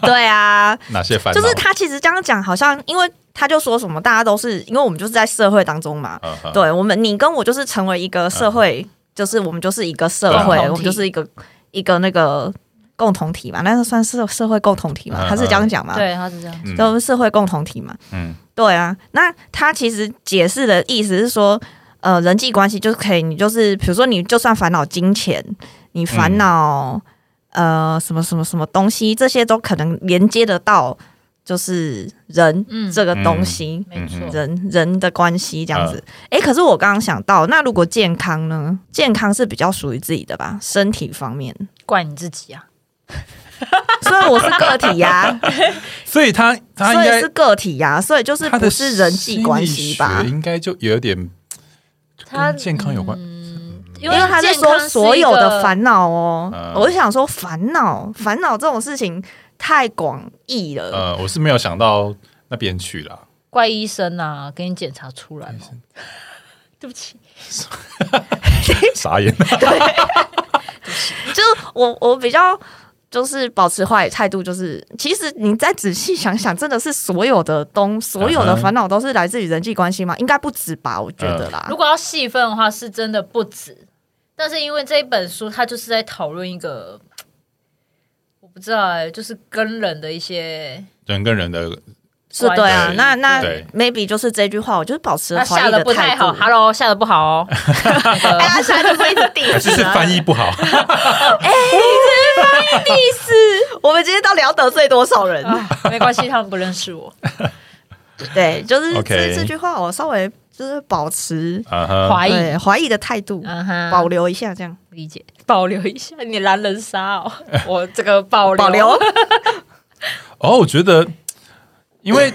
Speaker 2: 对啊，
Speaker 1: 哪些烦恼？
Speaker 2: 就是他其实这样讲，好像因为他就说什么，大家都是因为我们就是在社会当中嘛，
Speaker 1: 嗯，嗯，嗯
Speaker 2: 对我们你跟我就是成为一个社会，就是我们就是一个社会
Speaker 3: 共同，体
Speaker 2: 我们就是一个一个那个共同体嘛，那算是社会共同体嘛，
Speaker 1: 嗯
Speaker 2: 他是这样讲嘛，，
Speaker 3: 对，他是这样。
Speaker 1: 嗯
Speaker 2: 就是社会共同体嘛，
Speaker 1: 嗯
Speaker 2: 对啊，那他其实解释的意思是说，呃，人际关系就可以，你就是比如说你就算烦恼金钱，你烦恼、呃什么什么什么东西，这些都可能连接得到，就是人、
Speaker 3: 嗯
Speaker 2: 这个东西，
Speaker 3: 没错
Speaker 1: 嗯，
Speaker 2: 人人的关系这样子。诶，可是我刚刚想到，那如果健康呢？健康是比较属于自己的吧，身体方面，
Speaker 3: 怪你自己啊！
Speaker 2: 所以我是个体呀、
Speaker 1: 所以他 他应
Speaker 2: 所以
Speaker 1: 该
Speaker 2: 是个体呀、所以就是
Speaker 1: 他的
Speaker 2: 不是人际关系吧
Speaker 1: 心理学？应该就有点
Speaker 3: 他
Speaker 1: 跟健康有关，
Speaker 3: 嗯
Speaker 2: 因
Speaker 3: 因
Speaker 2: 为他
Speaker 3: 在
Speaker 2: 是说所有的烦恼
Speaker 1: 嗯
Speaker 2: 哦，我就想说烦恼，烦恼这种事情太广义了。
Speaker 1: 呃，我是没有想到那边去啦。
Speaker 3: 怪医生啊，给你检查出来嘛。 对不起，
Speaker 1: 傻 眼，
Speaker 2: 就是我我比较就是保持坏态度，就是其实你再仔细想想，真的是所有的东，所有的
Speaker 1: 嗯哼嗯
Speaker 2: 烦恼都是来自于人际关系吗？应该不止吧，我觉得啦
Speaker 3: 如。果要细分的话，是真的不止。但是因为这一本书，它就是在讨论一个，我不知道哎、就是跟人的一些，
Speaker 1: 人跟人的
Speaker 2: 是对啊，
Speaker 1: 对
Speaker 2: 那那
Speaker 1: 对
Speaker 2: maybe 就是这句话，我就是保持
Speaker 3: 他
Speaker 2: 怀
Speaker 3: 下
Speaker 2: 疑
Speaker 3: 的
Speaker 2: 的
Speaker 3: 不
Speaker 2: 态
Speaker 3: 太好
Speaker 2: 度。
Speaker 3: ，Hello，下的不好 哦。那
Speaker 2: 哎，
Speaker 3: 个
Speaker 2: 他现在就是一直定
Speaker 1: 还是是翻译不 好，
Speaker 2: 我们今天到底要得罪多少人？
Speaker 3: 啊没关系，他们不认识我，
Speaker 2: 对，就是这
Speaker 1: OK
Speaker 2: 这句话，我稍微就是保持
Speaker 1: 嗯哼
Speaker 3: 怀疑，
Speaker 2: 对怀疑的态度，
Speaker 3: 嗯哼，
Speaker 2: 保留一下这样。
Speaker 3: 理解，保留一下你狼人杀哦，我这个保留
Speaker 2: 保留，
Speaker 1: 哦，我觉得，因为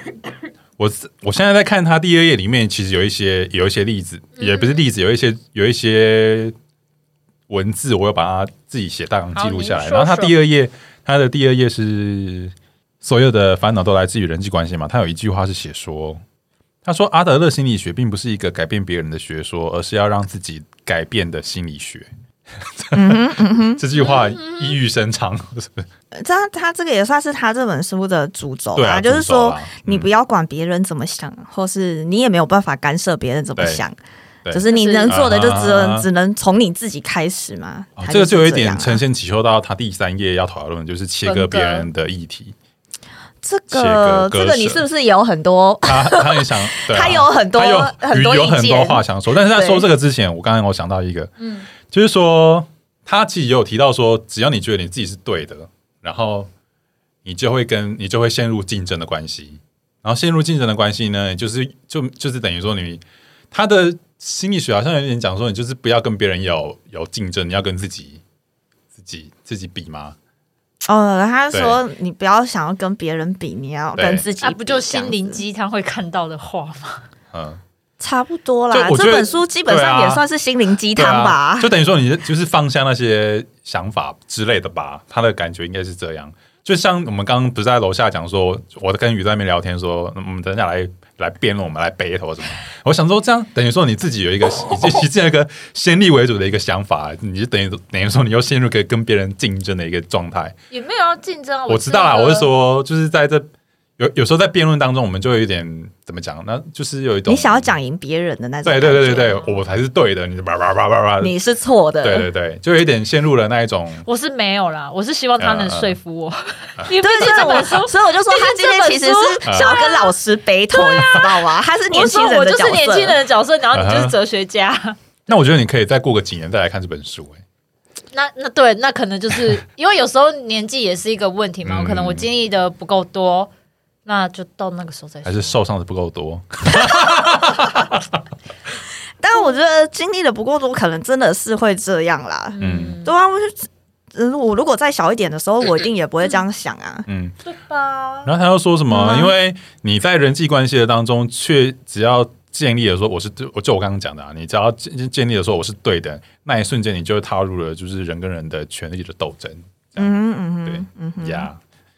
Speaker 1: 我是我现在在看他第二页里面，其实有一些有一些例子，
Speaker 3: 嗯
Speaker 1: 也不是例子，有一些有一些文字，我有把它自己写大纲记录下来。
Speaker 3: 好您说
Speaker 1: 然后他
Speaker 3: 说
Speaker 1: 第二页，他的第二页是所有的烦恼都来自于人际关系嘛？他有一句话是写说，他说阿德勒心理学并不是一个改变别人的学说，而是要让自己改变的心理学。 这句话意欲深长，
Speaker 2: 他他这个也算是他这本书的主轴
Speaker 1: 对啊
Speaker 2: 就是
Speaker 1: 主轴
Speaker 2: 说
Speaker 1: 啦嗯
Speaker 2: 你不要管别人怎么想，或是你也没有办法干涉别人怎么
Speaker 1: 对
Speaker 2: 想，
Speaker 1: 对
Speaker 2: 只是你
Speaker 4: 就是
Speaker 2: 能做的就只能、
Speaker 1: 啊
Speaker 2: 只能从你自己开始嘛。
Speaker 1: 哦
Speaker 2: 他
Speaker 1: 这个
Speaker 2: 是
Speaker 1: 就有一
Speaker 2: 这样
Speaker 1: 点
Speaker 2: 啊
Speaker 1: 呈现起秀到他第三页要讨论，就是切割
Speaker 4: 分割
Speaker 1: 别人的议题。
Speaker 2: 这
Speaker 1: 切割
Speaker 2: 个
Speaker 1: 割
Speaker 2: 这个你
Speaker 1: 舍
Speaker 2: 是不是也有很多？
Speaker 1: 他他很想，对啊
Speaker 2: 他有很多
Speaker 1: 他有
Speaker 2: 很多
Speaker 1: 有
Speaker 2: 意
Speaker 1: 很多
Speaker 2: 见
Speaker 1: 话想说，但是在
Speaker 2: 对
Speaker 1: 说这个之前，我刚刚我想到一个，
Speaker 4: 嗯，
Speaker 1: 就是说他其实也有提到说，只要你觉得你自己是对的，然后你就会跟你就会陷入竞争的关系，然后陷入竞争的关系呢，就是就就是等于说你他的心理学好像有点讲说，你就是不要跟别人有有竞争，你要跟自己自己自己比吗？
Speaker 2: 哦，他说你不要想要跟别人比，你要
Speaker 1: 对
Speaker 2: 跟自己比，
Speaker 3: 啊，不就
Speaker 2: 这样
Speaker 3: 心
Speaker 2: 子
Speaker 3: 灵鸡汤会看到的话吗？
Speaker 1: 嗯，
Speaker 2: 差不多
Speaker 1: 就
Speaker 2: 啦。
Speaker 1: 我觉得
Speaker 2: 这本书基本上
Speaker 1: 对啊
Speaker 2: 也算是心灵鸡
Speaker 1: 对
Speaker 2: 汤吧。
Speaker 1: 啊、就等于说你就是放下那些想法之类的吧。他的感觉应该是这样。就像我们刚刚不是在楼下讲说，我跟宇在那边聊天说，嗯我们等一下来来辩论，我们来 battle 什么？我想说这样等于说你自己有一个 已经已经有一个先例为主的一个想法，你就等于等于说你又陷入一个跟别人竞争的一个状态。
Speaker 3: 也没有要竞争啊，
Speaker 1: 我知道啦，
Speaker 3: 觉得
Speaker 1: 我是说就是在这有有时候在辩论当中，我们就有一点怎么讲？那就是有一种
Speaker 2: 你想要讲赢别人的那种，
Speaker 1: 对对对对，对，我才是对的，你就叭叭叭叭叭，
Speaker 2: 你是错的，
Speaker 1: 对对对，就有一点陷入了那一种，
Speaker 3: 我是没有啦，我是希望他
Speaker 1: 嗯
Speaker 3: 能说 服我，因为毕
Speaker 2: 对
Speaker 3: 竟这
Speaker 2: 对，我
Speaker 3: 本书。
Speaker 2: 所以我就说他今天其实是想要跟老师 battle，你知道吗？ 他是年
Speaker 3: 我
Speaker 2: 轻
Speaker 3: 说
Speaker 2: 人
Speaker 3: 啊我
Speaker 2: 的
Speaker 3: 就
Speaker 2: 角
Speaker 3: 是年轻人
Speaker 2: 色，
Speaker 3: 的角色，然后你
Speaker 1: 嗯
Speaker 3: 就是
Speaker 1: 哼
Speaker 3: 哲学家，
Speaker 1: 那我觉得你可以再过个几年再来看这本书、哎，
Speaker 3: 那那对，那可能就是因为有时候年纪也是一个问题嘛，
Speaker 1: 嗯
Speaker 3: 可能我经历的不够多，那就到那个时候再
Speaker 1: 还
Speaker 3: 说。
Speaker 1: 是受伤的不够多，
Speaker 2: 但我觉得经历的不够多，可能真的是会这样啦。
Speaker 1: 嗯
Speaker 2: 对啊，我就。嗯，我如果再小一点的时候，我一定也不会这样想啊。
Speaker 1: 嗯。
Speaker 3: 对吧？
Speaker 1: 然后他又说什么？
Speaker 2: 嗯
Speaker 1: 因为你在人际关系的当中，却只要建立了说我是对我就我刚刚讲的啊，你只要建建立了说我是对的，那一瞬间你就踏入了就是人跟人的权利的斗争，
Speaker 2: 嗯嗯
Speaker 1: 对
Speaker 2: 嗯嗯哼，
Speaker 1: 呀、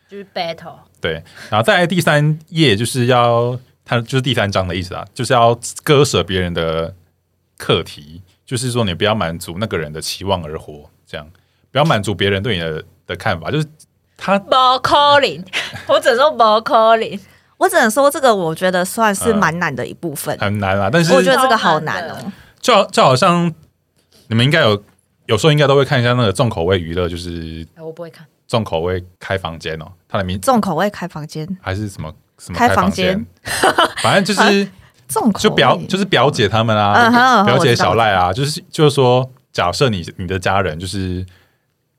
Speaker 3: 就是 battle，
Speaker 1: 对。然后再来第三页就是要他就是第三章的意思啊，就是要割舍别人的课题，就是说你不要满足那个人的期望而活，这样不要满足别人对你的的看法，就是他
Speaker 3: 不 calling，我只能说不 calling，
Speaker 2: 我只能说这个我觉得算是蛮难的一部分。
Speaker 1: 很难啊。嗯但是
Speaker 2: 我觉得这个好难
Speaker 3: 超难
Speaker 2: 哦
Speaker 3: 的。
Speaker 1: 就好就好像你们应该有有时候应该都会看一下那个重口味娱乐，就是
Speaker 3: 哎我不会看，
Speaker 1: 重口味开房间哦，它的名字
Speaker 2: 重口味开房间，
Speaker 1: 还是什么什么
Speaker 2: 开
Speaker 1: 房
Speaker 2: 房间，
Speaker 1: 反正 就是
Speaker 2: 重口味
Speaker 1: 就表就是表姐他们啊，
Speaker 2: 嗯哼嗯哼
Speaker 1: 表姐
Speaker 2: 我知道
Speaker 1: 小赖啊，就是就是说，假设你你的家人就是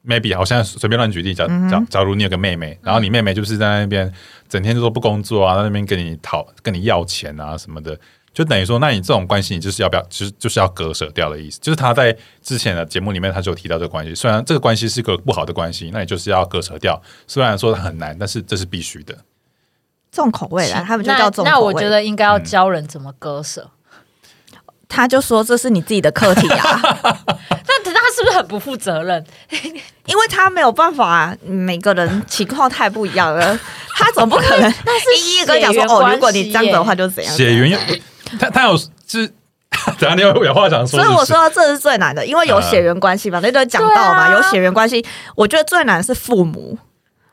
Speaker 1: maybe 好像随便乱举例，假
Speaker 2: 嗯哼
Speaker 1: 假假如你有个妹妹，然后你妹妹就是在那边整天就说不工作啊，在那边跟你讨跟你要钱啊什么的，就等于说，那你这种关系你就是要不要，就是就是要割舍掉的意思。就是他在之前的节目里面他就有提到这个关系，虽然这个关系是个不好的关系，那你就是要割舍掉。虽然说很难，但是这是必须的。
Speaker 2: 重口味啦，他们就叫重口味。
Speaker 3: 那那我觉得应该要教人怎么割舍。
Speaker 2: 他就说这是你自己的课题 啊，
Speaker 3: 但但他是不是很不负责任？
Speaker 2: 因为他没有办法、啊，每个人情况太不一样了， 他总不可能 一一跟你讲说
Speaker 3: 血缘关
Speaker 2: 哦，
Speaker 3: 系
Speaker 2: 如果你这样子的话就怎样。
Speaker 1: 血缘有，他他有就是， 等下你有有话想说
Speaker 2: 所
Speaker 1: 是
Speaker 2: 以
Speaker 1: 不是，
Speaker 2: 我说这是最难的，因为
Speaker 1: 嗯
Speaker 2: 有血缘关系嘛，那都讲到嘛，
Speaker 3: 对啊
Speaker 2: 有血缘关系，我觉得最难是父母。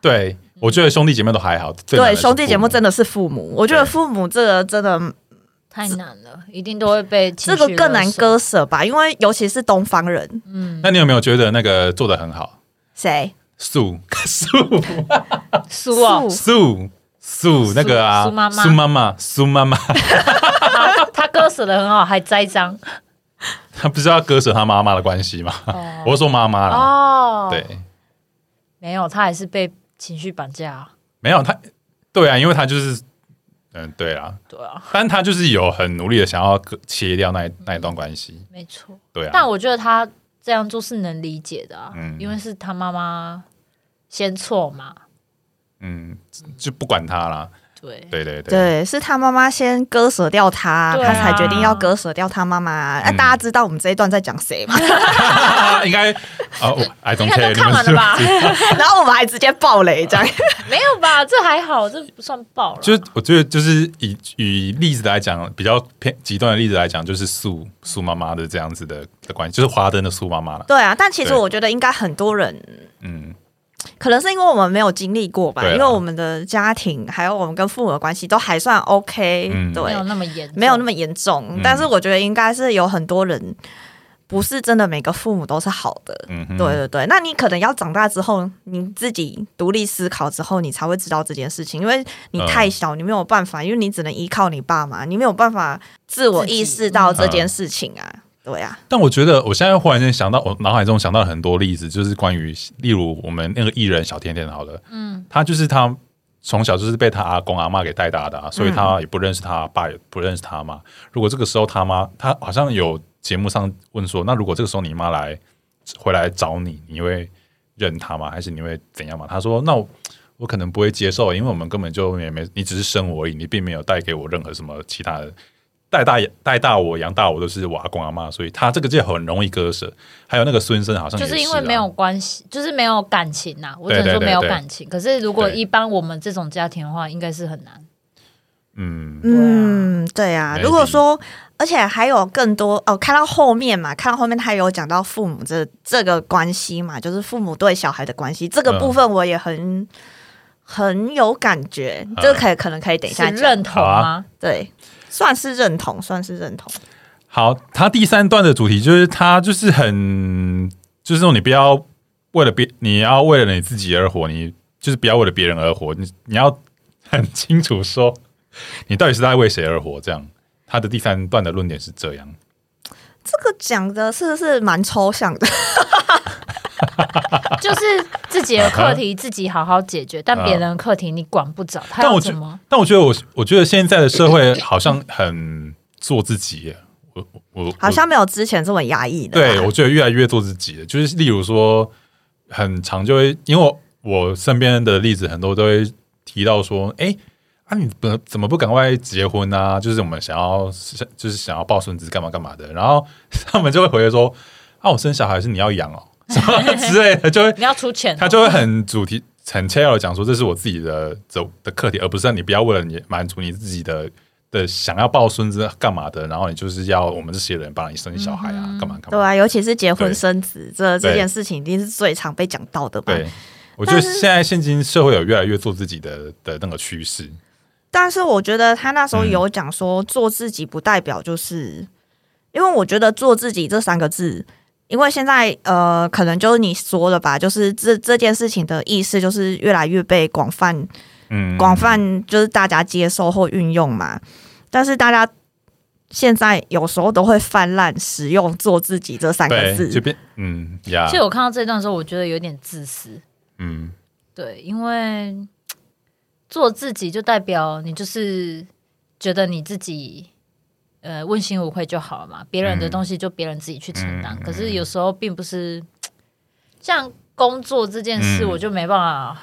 Speaker 1: 对，我觉得兄弟姐妹都还好，最难
Speaker 2: 对，
Speaker 1: 的是
Speaker 2: 兄弟姐
Speaker 1: 父母
Speaker 2: 妹真的是父母，我觉得
Speaker 1: 对
Speaker 2: 父母这个真的
Speaker 3: 太难了，一定都会被
Speaker 2: 这
Speaker 3: 情绪
Speaker 2: 个更难
Speaker 3: 勒索。
Speaker 2: 割舍吧，因为尤其是东方人，
Speaker 1: 那你有没有觉得那个做的很好？
Speaker 2: 谁
Speaker 1: 素素
Speaker 3: 输 哦，
Speaker 2: 素
Speaker 1: 素素那个啊，
Speaker 3: 苏妈妈
Speaker 1: 苏妈妈，苏妈妈，
Speaker 3: 他他割舍的很好，还栽赃
Speaker 1: 她不是要割舍她妈妈的关系吗？我是说妈妈啦，
Speaker 3: 哦。，
Speaker 1: 对，
Speaker 3: 没有，他还是被情绪绑架啊。
Speaker 1: 没有她，对啊，因为她就是，嗯，对啊，
Speaker 3: 对啊，
Speaker 1: 但她就是有很努力的想要割切掉那一那一段关系，
Speaker 3: 没错。
Speaker 1: 对啊，
Speaker 3: 但我觉得他这样做是能理解的啊，
Speaker 1: 嗯
Speaker 3: 因为是他妈妈先错嘛。
Speaker 1: 嗯，就不管她啦，
Speaker 3: 对，
Speaker 1: 对对对，
Speaker 2: 对，是他妈妈先割舍掉他，
Speaker 3: 对
Speaker 2: 他
Speaker 3: 啊
Speaker 2: 才决定要割舍掉他妈妈。那、啊
Speaker 1: 嗯
Speaker 2: 大家知道我们这一段在讲谁吗？
Speaker 1: 应该啊我，I don't
Speaker 4: 应该
Speaker 1: care，
Speaker 4: 都
Speaker 1: 你
Speaker 4: 看
Speaker 1: 们
Speaker 4: 完了
Speaker 1: 是
Speaker 4: 吧？
Speaker 2: 然后我们还直接爆雷这样。
Speaker 3: 没有吧？这还好，这不算爆了。
Speaker 1: 就是我觉得就是以以例子来讲，比较偏极端的例子来讲，就是素素妈妈的这样子的的关系，就是华灯的素妈妈了。
Speaker 2: 对啊，但其实
Speaker 1: 对
Speaker 2: 我觉得应该很多人，
Speaker 1: 嗯，
Speaker 2: 可能是因为我们没有经历过吧，
Speaker 1: 对啊
Speaker 2: 因为我们的家庭还有我们跟父母的关系都还算 OK，、
Speaker 1: 嗯
Speaker 2: 对
Speaker 3: 没，有那么严重，
Speaker 2: 没有那么严重。
Speaker 1: 嗯
Speaker 2: 但是我觉得应该是有很多人不是真的每个父母都是好的，
Speaker 1: 嗯哼
Speaker 2: 对对对，那你可能要长大之后，你自己独立思考之后，你才会知道这件事情，因为你太小，你没有办法，因为你只能依靠你爸妈，你没有办法自我意识到这件事情啊。对啊，
Speaker 1: 但我觉得我现在忽然间想到，我脑海中想到很多例子，就是关于例如我们那个艺人小甜甜好了，嗯，他就是他从小就是被他阿公阿妈给带大的、
Speaker 3: 嗯
Speaker 1: 啊，所以他也不认识他爸，也不认识他妈。如果这个时候他妈，他好像有节目上问说，那如果这个时候你妈来回来找你，你会认他吗？还是你会怎样嘛？他说，那我。我可能不会接受，因为我们根本就也没你只是生我而已，你并没有带给我任何什么其他的带大带大我养大我都是我阿公阿妈，所以他这个就很容易割舍。还有那个孙生好像也、
Speaker 3: 就是
Speaker 1: 啊、
Speaker 3: 是因为没有关系，就是没有感情呐、我
Speaker 1: 对
Speaker 3: 只能
Speaker 1: 对
Speaker 3: 说
Speaker 1: 对
Speaker 3: 没有
Speaker 1: 对
Speaker 3: 感情。可是如果
Speaker 1: 对
Speaker 3: 一般我们这种家庭的话，应该是很难。
Speaker 1: 嗯，
Speaker 2: 嗯，对啊。
Speaker 1: Maybe
Speaker 2: 如果说，而且还有更多哦，看到后面嘛，看到后面他有讲到父母这这个关系嘛，就是父母对小孩的关系这个
Speaker 1: 嗯
Speaker 2: 部分，我也很、很有感觉。这个可以可能可以等一下
Speaker 3: 是
Speaker 2: 讲，
Speaker 3: 认同
Speaker 1: 好啊
Speaker 3: 吗？
Speaker 2: 对，算是认同，算是认同。
Speaker 1: 好，他第三段的主题就是他就是很就是说你不要为了别你要为了你自己而活，你就是不要为了别人而活，你你要很清楚说你到底是在为谁而活。这样，他的第三段的论点是这样。
Speaker 2: 这个讲的是不是蛮抽象
Speaker 1: 嗯
Speaker 2: 的？
Speaker 1: 啊
Speaker 3: 就是自己的课题自己好好解决，但别人的课题你管不着，他
Speaker 1: 但
Speaker 3: 要
Speaker 1: 我觉
Speaker 3: 怎么？
Speaker 1: 但我觉得我我觉得现在的社会好像很做自己耶，我我我
Speaker 2: 好像没有之前这么压抑的啊啦。
Speaker 1: 对，我觉得越来越做自己了。就是例如说，很常就会，因为我我身边的例子很多都会提到说，哎、啊，你不怎么不赶快结婚啊？就是我们想要就是想要抱孙子干嘛干嘛的，然后他们就会回说，啊，我生小孩是你要养哦， 什么之类的，就会
Speaker 3: 你要出钱哦，
Speaker 1: 他就会很主题很切要的讲说，这是我自己的走的课题，而不是让你不要为了你满足你自己的的想要抱孙子干嘛的，然后你就是要我们这些人帮你生小孩啊，干嘛干嘛。
Speaker 2: 对啊，尤其是结婚
Speaker 1: 对
Speaker 2: 生子这
Speaker 1: 对
Speaker 2: 这件事情，一定是最常被讲到的嘛。
Speaker 1: 对，我觉得现在现今社会有越来越做自己的的那个趋势。
Speaker 2: 但是我觉得他那时候
Speaker 1: 嗯
Speaker 2: 有讲说，做自己不代表就是，因为我觉得做自己这三个字，因为现在呃，可能就是你说的吧，就是这这件事情的意识就是越来越被广泛
Speaker 1: 嗯，
Speaker 2: 广泛就是大家接受或运用嘛。但是大家现在有时候都会泛滥使用“做自己”这三个
Speaker 1: 对，就
Speaker 2: 字，
Speaker 1: 变嗯呀
Speaker 3: 其，实我看到这段的时候，我觉得有点自私。
Speaker 1: 嗯
Speaker 3: 对，因为做自己就代表你就是觉得你自己呃问心无愧就好了嘛，别人的
Speaker 1: 嗯
Speaker 3: 东西就别人自己去承担。
Speaker 1: 嗯
Speaker 3: 可
Speaker 1: 嗯
Speaker 3: 是
Speaker 1: 嗯
Speaker 3: 有时候并不是像工作这件事，
Speaker 1: 嗯
Speaker 3: 我就没办法。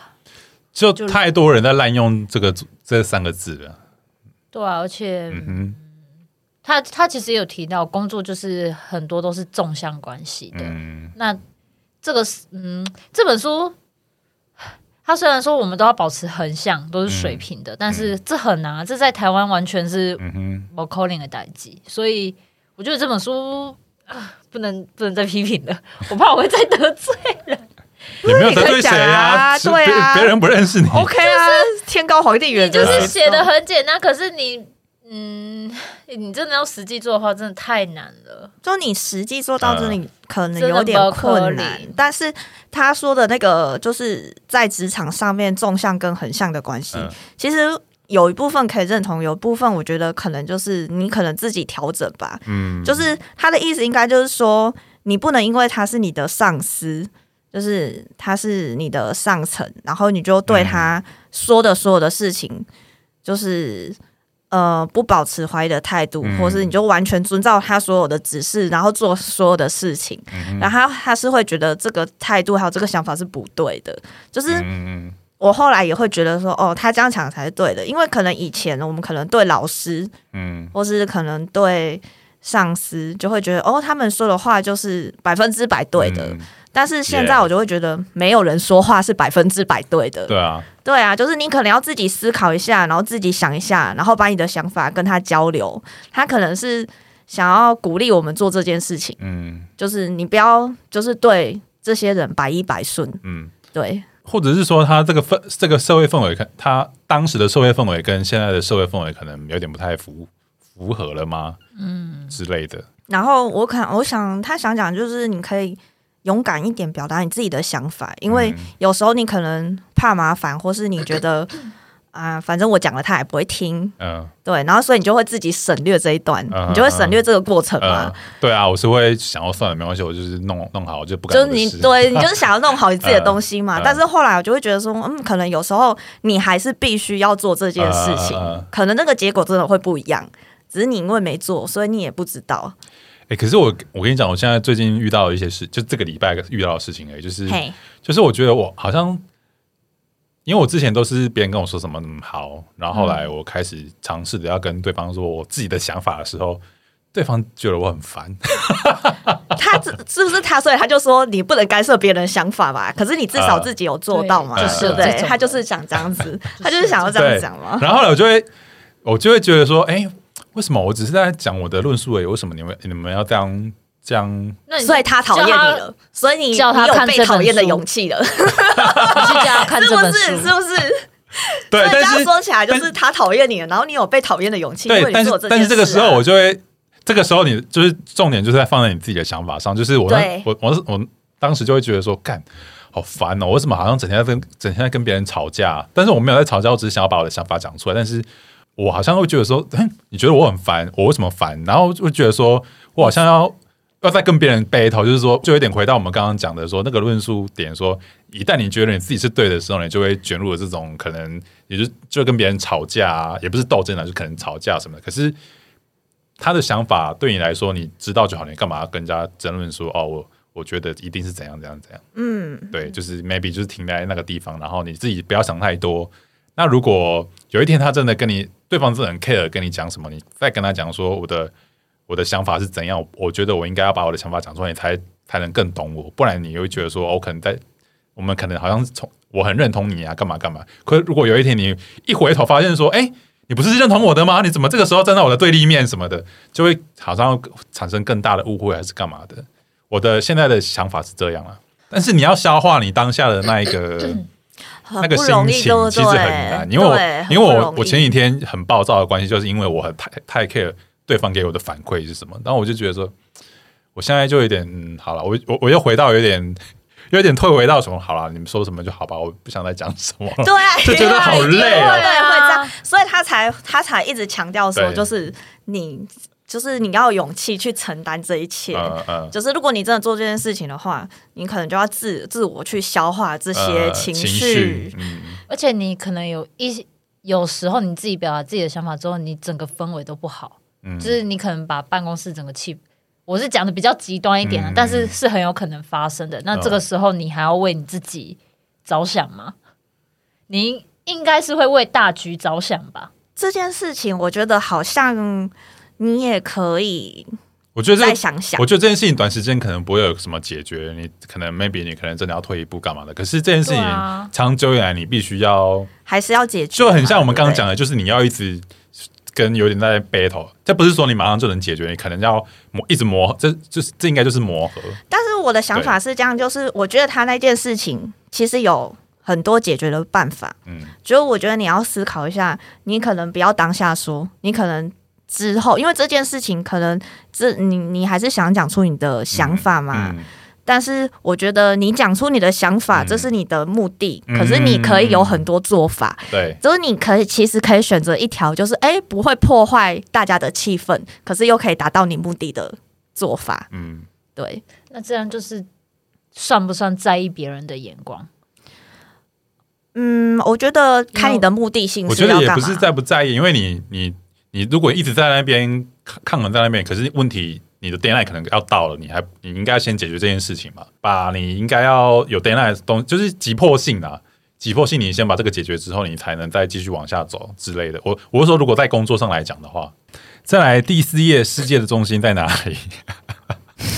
Speaker 1: 就
Speaker 3: 就
Speaker 1: 太多人在滥用这个这三个字了。
Speaker 3: 对啊，而且、
Speaker 1: 嗯哼，
Speaker 3: 他他其实也有提到，工作就是很多都是纵向关系的。
Speaker 1: 嗯
Speaker 3: 那这个是嗯，这本书，它虽然说我们都要保持横向，都是水平的，但是这很难啊，这在台湾完全是
Speaker 1: 嗯哼，
Speaker 3: 我 calling 的代际，所以我觉得这本书。啊不能不能再批评了，我怕我会再得罪。
Speaker 1: 也没有
Speaker 2: 你
Speaker 1: 得
Speaker 2: 可以
Speaker 1: 罪谁
Speaker 2: 讲啊
Speaker 1: 是
Speaker 2: 对
Speaker 1: 别
Speaker 2: 啊
Speaker 1: 别人不认识你。
Speaker 2: OK 啊，天高皇帝远，
Speaker 3: 就是写的很简单，可是你，嗯，你真的要实际做的话，真的太难了。
Speaker 2: 就你实际做到这
Speaker 1: 嗯
Speaker 2: 里可能
Speaker 3: 真的
Speaker 2: 有点
Speaker 3: 不可
Speaker 2: 困
Speaker 3: 能
Speaker 2: 难，但是他说的那个就是在职场上面纵向跟横向的关系，
Speaker 1: 嗯
Speaker 2: 其实有一部分可以认同，有一部分我觉得可能就是你可能自己调整吧。
Speaker 1: 嗯，
Speaker 2: 就是他的意思应该就是说，你不能因为他是你的上司，就是他是你的上层，然后你就对
Speaker 1: 嗯
Speaker 2: 他说的所有的事情，就是呃不保持怀疑的态度，
Speaker 1: 嗯
Speaker 2: 或是你就完全遵照他所有的指示，然后做所有的事情，
Speaker 1: 嗯
Speaker 2: 然后他他是会觉得这个态度还有这个想法是不对的，就是。
Speaker 1: 嗯嗯
Speaker 2: 我后来也会觉得说，哦，他这样想才是对的，因为可能以前我们可能对老师，
Speaker 1: 嗯
Speaker 2: 或是可能对上司就会觉得哦，他们说的话就是百分之百对的。
Speaker 1: 嗯
Speaker 2: 但是现在我就会觉得，没有人说话是百分之百对的。
Speaker 1: 对啊，
Speaker 2: 对啊，就是你可能要自己思考一下，然后自己想一下，然后把你的想法跟他交流。他可能是想要鼓励我们做这件事情，
Speaker 1: 嗯
Speaker 2: 就是你不要就是对这些人百依百顺。
Speaker 1: 嗯，
Speaker 2: 对，
Speaker 1: 或者是说他这个氛这个社会氛围，看他当时的社会氛围跟现在的社会氛围可能有点不太符符合了吗？嗯之类的，
Speaker 2: 然后我看，我想他想讲就是你可以勇敢一点表达你自己的想法，因为
Speaker 1: 嗯
Speaker 2: 有时候你可能怕麻烦，或是你 觉得啊、反正我讲了他也不会听，
Speaker 1: 嗯
Speaker 2: 对，然后所以你就会自己省略这一段，
Speaker 1: 嗯
Speaker 2: 你就会省略这个过程嘛。
Speaker 1: 呃，对啊，我是会想要算了，没关系，我就是弄弄好，我就不敢
Speaker 2: 就
Speaker 1: 我
Speaker 2: 是
Speaker 1: 的
Speaker 2: 你
Speaker 1: 事。
Speaker 2: 对你就是想要弄好你自己的东西嘛，
Speaker 1: 嗯嗯
Speaker 2: 但是后来我就会觉得说，嗯，可能有时候你还是必须要做这件事情，
Speaker 1: 嗯嗯嗯
Speaker 2: 可能那个结果真的会不一样，只是你因为没做，所以你也不知道。
Speaker 1: 哎、可是我我跟你讲，我现在最近遇到的一些事，就这个礼拜遇到的事情而已，就是
Speaker 2: 嘿，
Speaker 1: 就是我觉得我好像，因为我之前都是别人跟我说什么嗯好，然后后来
Speaker 2: 嗯
Speaker 1: 我开始尝试着要跟对方说我自己的想法的时候，对方觉得我很烦。
Speaker 2: 他这是不是他？所以他就说你不能干涉别人的想法嘛。可是你至少
Speaker 1: 嗯
Speaker 2: 自己有做到嘛，
Speaker 1: 对
Speaker 2: 对不
Speaker 3: 就是有
Speaker 2: 对
Speaker 3: 这？种
Speaker 2: 他就是想这样 子，他就是想要这样讲嘛。
Speaker 1: 然后后来我就会，我就会觉得说，哎、为什么我只是在讲我的论述而已？为什么你们你们要这样这样？
Speaker 3: 那你
Speaker 2: 所以他讨厌你了，所以你
Speaker 3: 叫他
Speaker 2: 你有
Speaker 3: 看这
Speaker 2: 被
Speaker 3: 本
Speaker 2: 讨厌的
Speaker 3: 书
Speaker 2: 勇气了，是
Speaker 3: 你去叫他 看这
Speaker 2: 不
Speaker 3: 本
Speaker 2: 是？
Speaker 3: 书，
Speaker 2: 是不是？
Speaker 1: 对
Speaker 2: 所以，
Speaker 1: 但
Speaker 2: 这样
Speaker 1: 是
Speaker 2: 说起来，就
Speaker 1: 但
Speaker 2: 是他讨厌你了，然后你有被讨厌的勇气，因为
Speaker 1: 对，
Speaker 2: 你
Speaker 1: 但是
Speaker 2: 做这件事啊、
Speaker 1: 但是这个时候我就会，这个时候你就是重点就是在放在你自己的想法上，就是我
Speaker 2: 对
Speaker 1: 我我我当时就会觉得说，干好烦哦，为什么好像整天在跟整天在跟别人吵架？但是我没有在吵架，我只是想要把我的想法讲出来，但是。我好像会觉得说，哼你觉得我很烦，我为什么烦？然后就觉得说我好像要要再跟别人 battle，就是说，就有点回到我们刚刚讲的说那个论述点说一旦你觉得你自己是对的时候，你就会卷入了这种可能，也就就跟别人吵架、啊，也不是斗争啊，就可能吵架什么的。可是他的想法对你来说，你知道就好，你干嘛要跟人家争论说哦，我我觉得一定是怎样怎样怎样？
Speaker 2: 嗯，
Speaker 1: 对，就是 maybe 就是停在那个地方，然后你自己不要想太多。那如果有一天他真的跟你，对方真的很 care 跟你讲什么，你再跟他讲说我的我的想法是怎样，我觉得我应该要把我的想法讲出来，你才才能更懂我，不然你会觉得说，哦我可能在我们可能好像是从我很认同你啊，干嘛干嘛。可是如果有一天你一回头发现说，哎、你不是认同我的吗？你怎么这个时候站在我的对立面什么的，就会好像产生更大的误会还是干嘛的？我的现在的想法是这样啊，但是你要消化你当下的那一个 那
Speaker 2: 啊很
Speaker 1: 个
Speaker 2: 不
Speaker 1: 心
Speaker 2: 容易，
Speaker 1: 情，
Speaker 2: 对不
Speaker 1: 其
Speaker 2: 对？
Speaker 1: 实很难，因为我
Speaker 2: 对
Speaker 1: 因为
Speaker 2: 很不
Speaker 1: 我
Speaker 2: 容易
Speaker 1: 我前几天很暴躁的关系，就是因为我很太太 care 对方给我的反馈是什么，然后我就觉得说，我现在就有点、嗯、好了，我我我又回到有点有点退回到什么好了，你们说什么就好吧，我不想再讲什么了。
Speaker 2: 对，
Speaker 1: 就觉得好累
Speaker 2: 对，
Speaker 1: 哦
Speaker 2: 会这样，所以他才他才一直强调说，
Speaker 1: 对
Speaker 2: 就是你就是你要有勇气去承担这一切。
Speaker 1: 嗯嗯，
Speaker 2: 就是如果你真的做这件事情的话，你可能就要自自我去消化这些
Speaker 1: 呃情
Speaker 2: 绪。
Speaker 1: 嗯，
Speaker 3: 而且你可能有一些有时候你自己表达自己的想法之后，你整个氛围都不好，
Speaker 1: 嗯
Speaker 3: 就是你可能把办公室整个气，我是讲的比较极端一点啊，
Speaker 1: 嗯哦
Speaker 3: 但是是很有可能发生的。那这个时候你还要为你自己着想吗？你应该是会为大局着想吧？
Speaker 2: 这件事情，我觉得好像你也可以
Speaker 1: 我觉得这
Speaker 2: 再
Speaker 1: 个
Speaker 2: 想想
Speaker 1: 我。觉得这件事情短时间可能不会有什么解决，你可能 maybe 你可能真的要退一步干嘛的。可是这件事情、
Speaker 3: 对啊
Speaker 1: 长久以来，你必须要
Speaker 2: 还是要解决嘛，
Speaker 1: 就很像我们刚刚
Speaker 2: 对
Speaker 1: 讲
Speaker 2: 不
Speaker 1: 的，就是你要一直跟有点在 battle，这不是说你马上就能解决，你可能要磨一直磨，这就是这应该就是磨合。
Speaker 2: 对。但是我的想法是这样，就是我觉得他那件事情其实有很多解决的办法，
Speaker 1: 嗯
Speaker 2: 就是我觉得你要思考一下，你可能不要当下说，你可能。之后，因为这件事情可能这你你还是想讲出你的想法嘛，
Speaker 1: 嗯，
Speaker 2: 但是我觉得你讲出你的想法，
Speaker 1: 嗯
Speaker 2: 这是你的目的，
Speaker 1: 嗯
Speaker 2: 可是你可以有很多做法，
Speaker 1: 对，
Speaker 2: 就是你可以其实可以选择一条，就是哎、诶不会破坏大家的气氛，可是又可以达到你目的的做法。
Speaker 1: 嗯，
Speaker 2: 对，
Speaker 3: 那这样就是算不算在意别人的眼光？
Speaker 2: 嗯，我觉得看你的目的性
Speaker 1: 我
Speaker 2: 是
Speaker 1: 觉得
Speaker 2: 要
Speaker 1: 也
Speaker 2: 干
Speaker 1: 不
Speaker 2: 嘛
Speaker 1: 是。在不在意，因为你你你如果一直在那边抗抗衡在那边，可是问题你的 deadline 可能要到了，你还你应该先解决这件事情嘛，把你应该要有 deadline 的东就是急迫性啊。急迫性，你先把这个解决之后，你才能再继续往下走之类的。我我是说，如果在工作上来讲的话，再来第四页，世界的中心在哪里？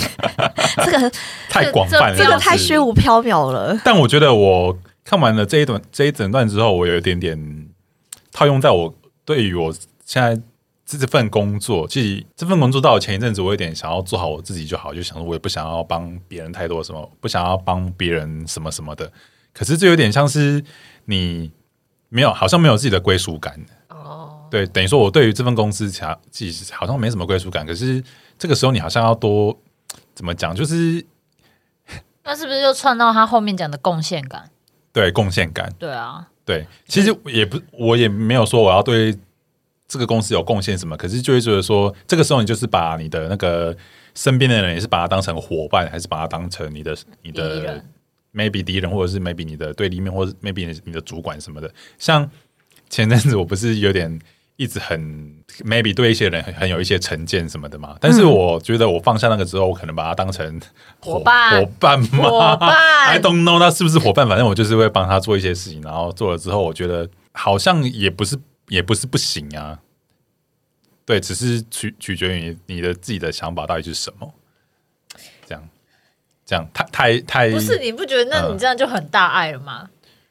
Speaker 2: 这个
Speaker 1: 太广泛了，
Speaker 2: 这
Speaker 3: 这
Speaker 2: 个
Speaker 1: 就是
Speaker 2: 太虚无缥缈了。
Speaker 1: 但我觉得我看完了这一段这一整段之后，我有一点点套用在我对于我现在这份工作，其实这份工作到我前一阵子，我有点想要做好我自己就好，就想说我也不想要帮别人太多什么，不想要帮别人什么什么的。可是这有点像是你没有，好像没有自己的归属感。
Speaker 4: 哦，
Speaker 1: 对，等于说我对于这份公司其他自己好像没什么归属感，可是这个时候你好像要多怎么讲，就是
Speaker 3: 那是不是就串到他后面讲的贡献感？
Speaker 1: 对贡献感。
Speaker 3: 对啊，
Speaker 1: 对，其实也不，我也没有说我要对这个公司有贡献什么，可是就会觉得说，这个时候你就是把你的那个身边的人，也是把他当成伙伴，还是把他当成你的你
Speaker 3: 敌
Speaker 1: 的
Speaker 3: 人
Speaker 1: maybe 敌人，或者是 maybe 你的对立面，或者是 maybe 你的你的主管什么的。像前阵子我不是有点一直很 maybe 对一些人很很有一些成见什么的嘛，但是我觉得我放下那个之后，我可能把他当成
Speaker 3: 嗯伙伴
Speaker 1: 伙伴嘛，
Speaker 4: 伙
Speaker 1: I
Speaker 4: 伴
Speaker 1: don't know 他是不是伙伴，反正我就是会帮他做一些事情，然后做了之后，我觉得好像也不是也不是不行啊。对，只是取取决于你的自己的想法到底是什么。这样，这样太太太
Speaker 4: 不是你不觉得那
Speaker 1: 嗯
Speaker 4: 你这样就很大爱了吗？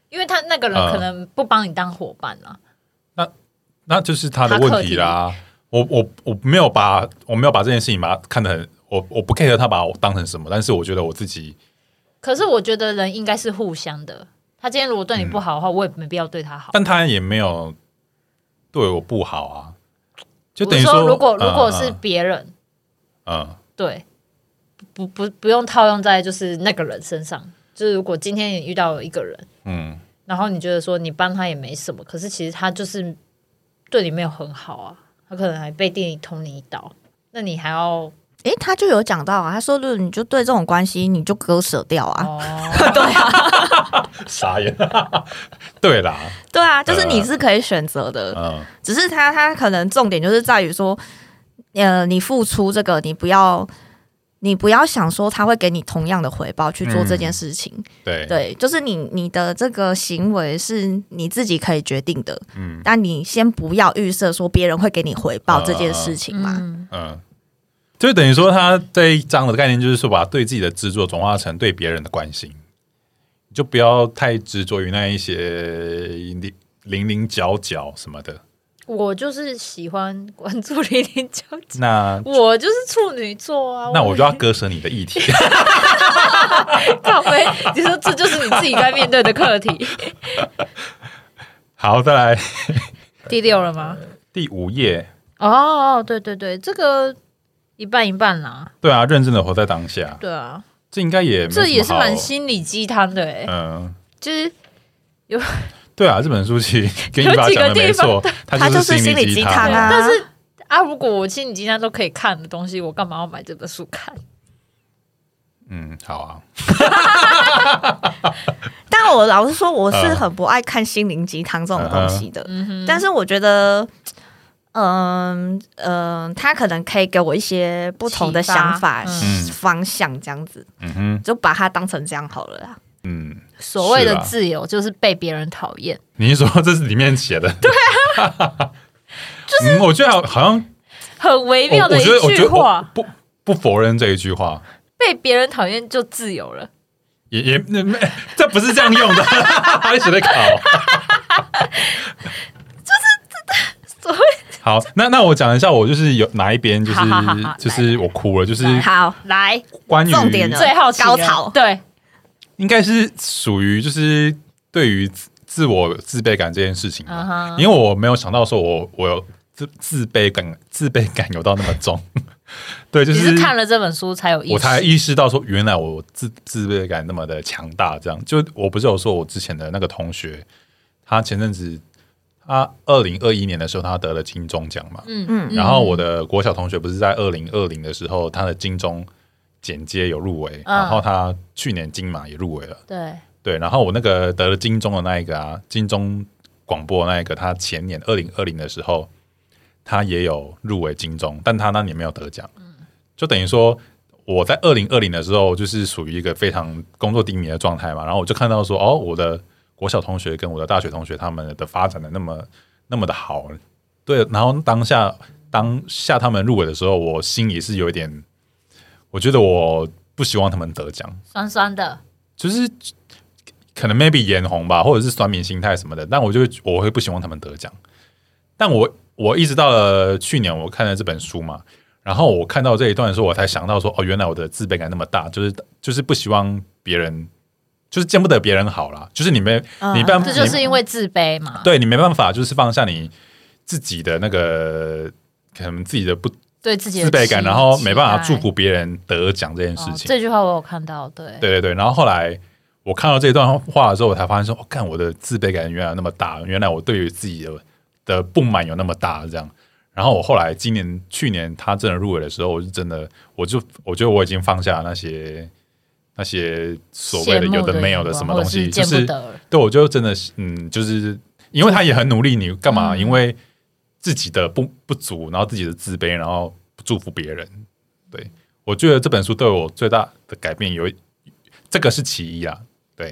Speaker 4: 因为他那个人可能不帮你当伙伴
Speaker 3: 啊
Speaker 4: 了，
Speaker 1: 那就是他的问题啦。我我我没有把我没有把这件事情把它看得很，我我不 care 他把我当成什么，但是我觉得我自己
Speaker 3: 可是我觉得人应该是互相的。他今天如果对你不好的话，我也没必要对他好。
Speaker 1: 但他也没有对我不好啊，就
Speaker 3: 我
Speaker 1: 等于
Speaker 3: 说，如果如果
Speaker 1: 嗯
Speaker 3: 是别人，
Speaker 1: 嗯嗯
Speaker 3: 对，不不不用套用在就是那个人身上。就是如果今天你遇到一个人，
Speaker 1: 嗯，
Speaker 3: 然后你觉得说你帮他也没什么，可是其实他就是对你没有很好啊，他可能还背地里捅你一刀，那你还要
Speaker 2: 诶，他就有讲到啊，他说，如果你就对这种关系，你就割舍掉 啊。
Speaker 3: 哦，
Speaker 1: 傻眼， 对啦，
Speaker 2: 对啊，就是你是可以选择的，
Speaker 1: 嗯
Speaker 2: 只是他他可能重点就是在于说，呃，你付出这个，你不要。你不要想说他会给你同样的回报去做这
Speaker 1: 嗯
Speaker 2: 件事情，
Speaker 1: 对
Speaker 2: 对，就是你你的这个行为是你自己可以决定的，
Speaker 1: 嗯
Speaker 2: 但你先不要预设说别人会给你回报这件事情嘛，
Speaker 3: 嗯，
Speaker 1: 嗯，就等于说他这一章的概念就是说，把对自己的执着转化成对别人的关心，你就不要太执着于那一些零零零角角什么的。
Speaker 3: 我就是喜欢关注零零九九，
Speaker 1: 那
Speaker 3: 我就是处女座啊，
Speaker 1: 那我就要割舍你的议题，
Speaker 3: 靠背，你说这就是你自己该面对的课题。
Speaker 1: 好，再来
Speaker 3: 第六了吗？
Speaker 1: 第五页。
Speaker 3: 哦，哦对对对，这个一半一半啦，
Speaker 1: 对啊，认真的活在当下，
Speaker 3: 对啊，
Speaker 1: 这应该也没什么
Speaker 3: 这也是
Speaker 1: 好
Speaker 3: 蛮心理鸡汤的哎、
Speaker 1: 嗯，
Speaker 3: 就是
Speaker 1: 对啊，这本书其实跟一
Speaker 3: 有
Speaker 1: 爸
Speaker 3: 几个
Speaker 1: 讲的
Speaker 3: 地
Speaker 1: 没
Speaker 3: 方
Speaker 1: 错，
Speaker 2: 他
Speaker 1: 它
Speaker 2: 就是是心理鸡
Speaker 1: 鸡
Speaker 2: 汤啊。
Speaker 3: 但是啊，如果我心理鸡汤都可以看的东西，我干嘛要买这本书看？
Speaker 1: 嗯，好啊，
Speaker 2: 但我老实说，我是很不爱看心灵鸡汤这种东西的。
Speaker 3: 嗯哼，
Speaker 2: 但是我觉得，嗯嗯，他可能可以给我一些不同的想法、
Speaker 3: 启发
Speaker 1: 嗯
Speaker 2: 方向，这样子
Speaker 1: 嗯哼，
Speaker 2: 就把它当成这样好了啦。
Speaker 1: 嗯。
Speaker 3: 所谓
Speaker 1: 是
Speaker 3: 的
Speaker 1: 啊
Speaker 3: 自由就是被别人讨厌，
Speaker 1: 你是说这是里面写的？对啊， 就是、嗯、我觉得好好像
Speaker 3: 很微
Speaker 1: 我
Speaker 3: 妙的
Speaker 1: 我
Speaker 3: 一
Speaker 1: 觉得我觉
Speaker 3: 句
Speaker 1: 得我
Speaker 3: 话，
Speaker 1: 不不否认这一句话，
Speaker 3: 被别人讨厌就自由了。
Speaker 1: 也也 那没这不是这样用的，还写的考，
Speaker 3: 所谓
Speaker 1: 好，那那我讲一下，我就是有哪一边就是
Speaker 3: 好好好好
Speaker 1: 就是我哭了，就是
Speaker 2: 好，
Speaker 3: 来
Speaker 1: 关于
Speaker 2: 重点了
Speaker 3: 最好奇了
Speaker 2: 高潮
Speaker 3: 对，
Speaker 1: 应该是属于就是对于自自我自卑感这件事情吧
Speaker 3: 嗯哼
Speaker 1: 因为我没有想到说我我有自自卑感自卑感有到那么重， 对，就
Speaker 3: 你
Speaker 1: 是
Speaker 3: 是看了这本书才有意识，
Speaker 1: 我才意识到说，原来我自自卑感那么的强大。这样，就我不是有说我之前的那个同学，他前阵子他二零二一年的时候，他得了金钟奖嘛。
Speaker 3: 嗯
Speaker 2: 嗯
Speaker 1: 然后我的国小同学不是在二零二零的时候，他的金钟剪接有入围，
Speaker 3: 嗯
Speaker 1: 然后他去年金马也入围了。
Speaker 3: 对，
Speaker 1: 对，然后我那个得了金钟的那一个啊，金钟广播的那一个，他前年二零二零的时候，他也有入围金钟，但他那年没有得奖，就等于说我在二零二零的时候，就是属于一个非常工作低迷的状态嘛，然后我就看到说，哦，我的国小同学跟我的大学同学他们的发展的那么那么的好，对，然后当下当下他们入围的时候，我心里是有一点，我觉得我不希望他们得奖，
Speaker 3: 酸酸的，
Speaker 1: 就是可能 maybe 眼红吧，或者是酸民心态什么的，但我就会我会不希望他们得奖。但我我一直到了去年，我看了这本书嘛，然后我看到这一段的时候，我才想到说，哦，原来我的自卑感那么大，就是就是不希望别人，就是见不得别人好啦，就是你没你办
Speaker 3: 嗯这就是
Speaker 1: 你
Speaker 3: 因为自卑嘛。
Speaker 1: 对你没办法，就是放下你自己的那个可能自己的不
Speaker 3: 对自己
Speaker 1: 自
Speaker 3: 的
Speaker 1: 卑感，
Speaker 3: 期
Speaker 1: 然后没办法
Speaker 3: 期待
Speaker 1: 祝福别人得奖这件事
Speaker 3: 哦
Speaker 1: 情。
Speaker 3: 这句话我有看到，对，
Speaker 1: 对对对，然后后来我看到这段话的时候，我才发现说，我、哦、看我的自卑感原来那么大，原来我对于自己的的不满有那么大，这样。然后我后来今年、去年他真的入围的时候，我是真的，我就我觉得我已经放下那些那些所谓的
Speaker 3: 羡慕
Speaker 1: 有的没有
Speaker 3: 眼
Speaker 1: 的
Speaker 3: 光
Speaker 1: 什么东
Speaker 3: 或者
Speaker 1: 西，
Speaker 3: 是
Speaker 1: 就
Speaker 3: 见
Speaker 1: 是
Speaker 3: 不得了
Speaker 1: 对我就真的是嗯，就是因为他也很努力，你干嘛？
Speaker 3: 嗯
Speaker 1: 因为自己的不不足，然后自己的自卑，然后不祝福别人。对我觉得这本书对我最大的改变有一这个是其一啊。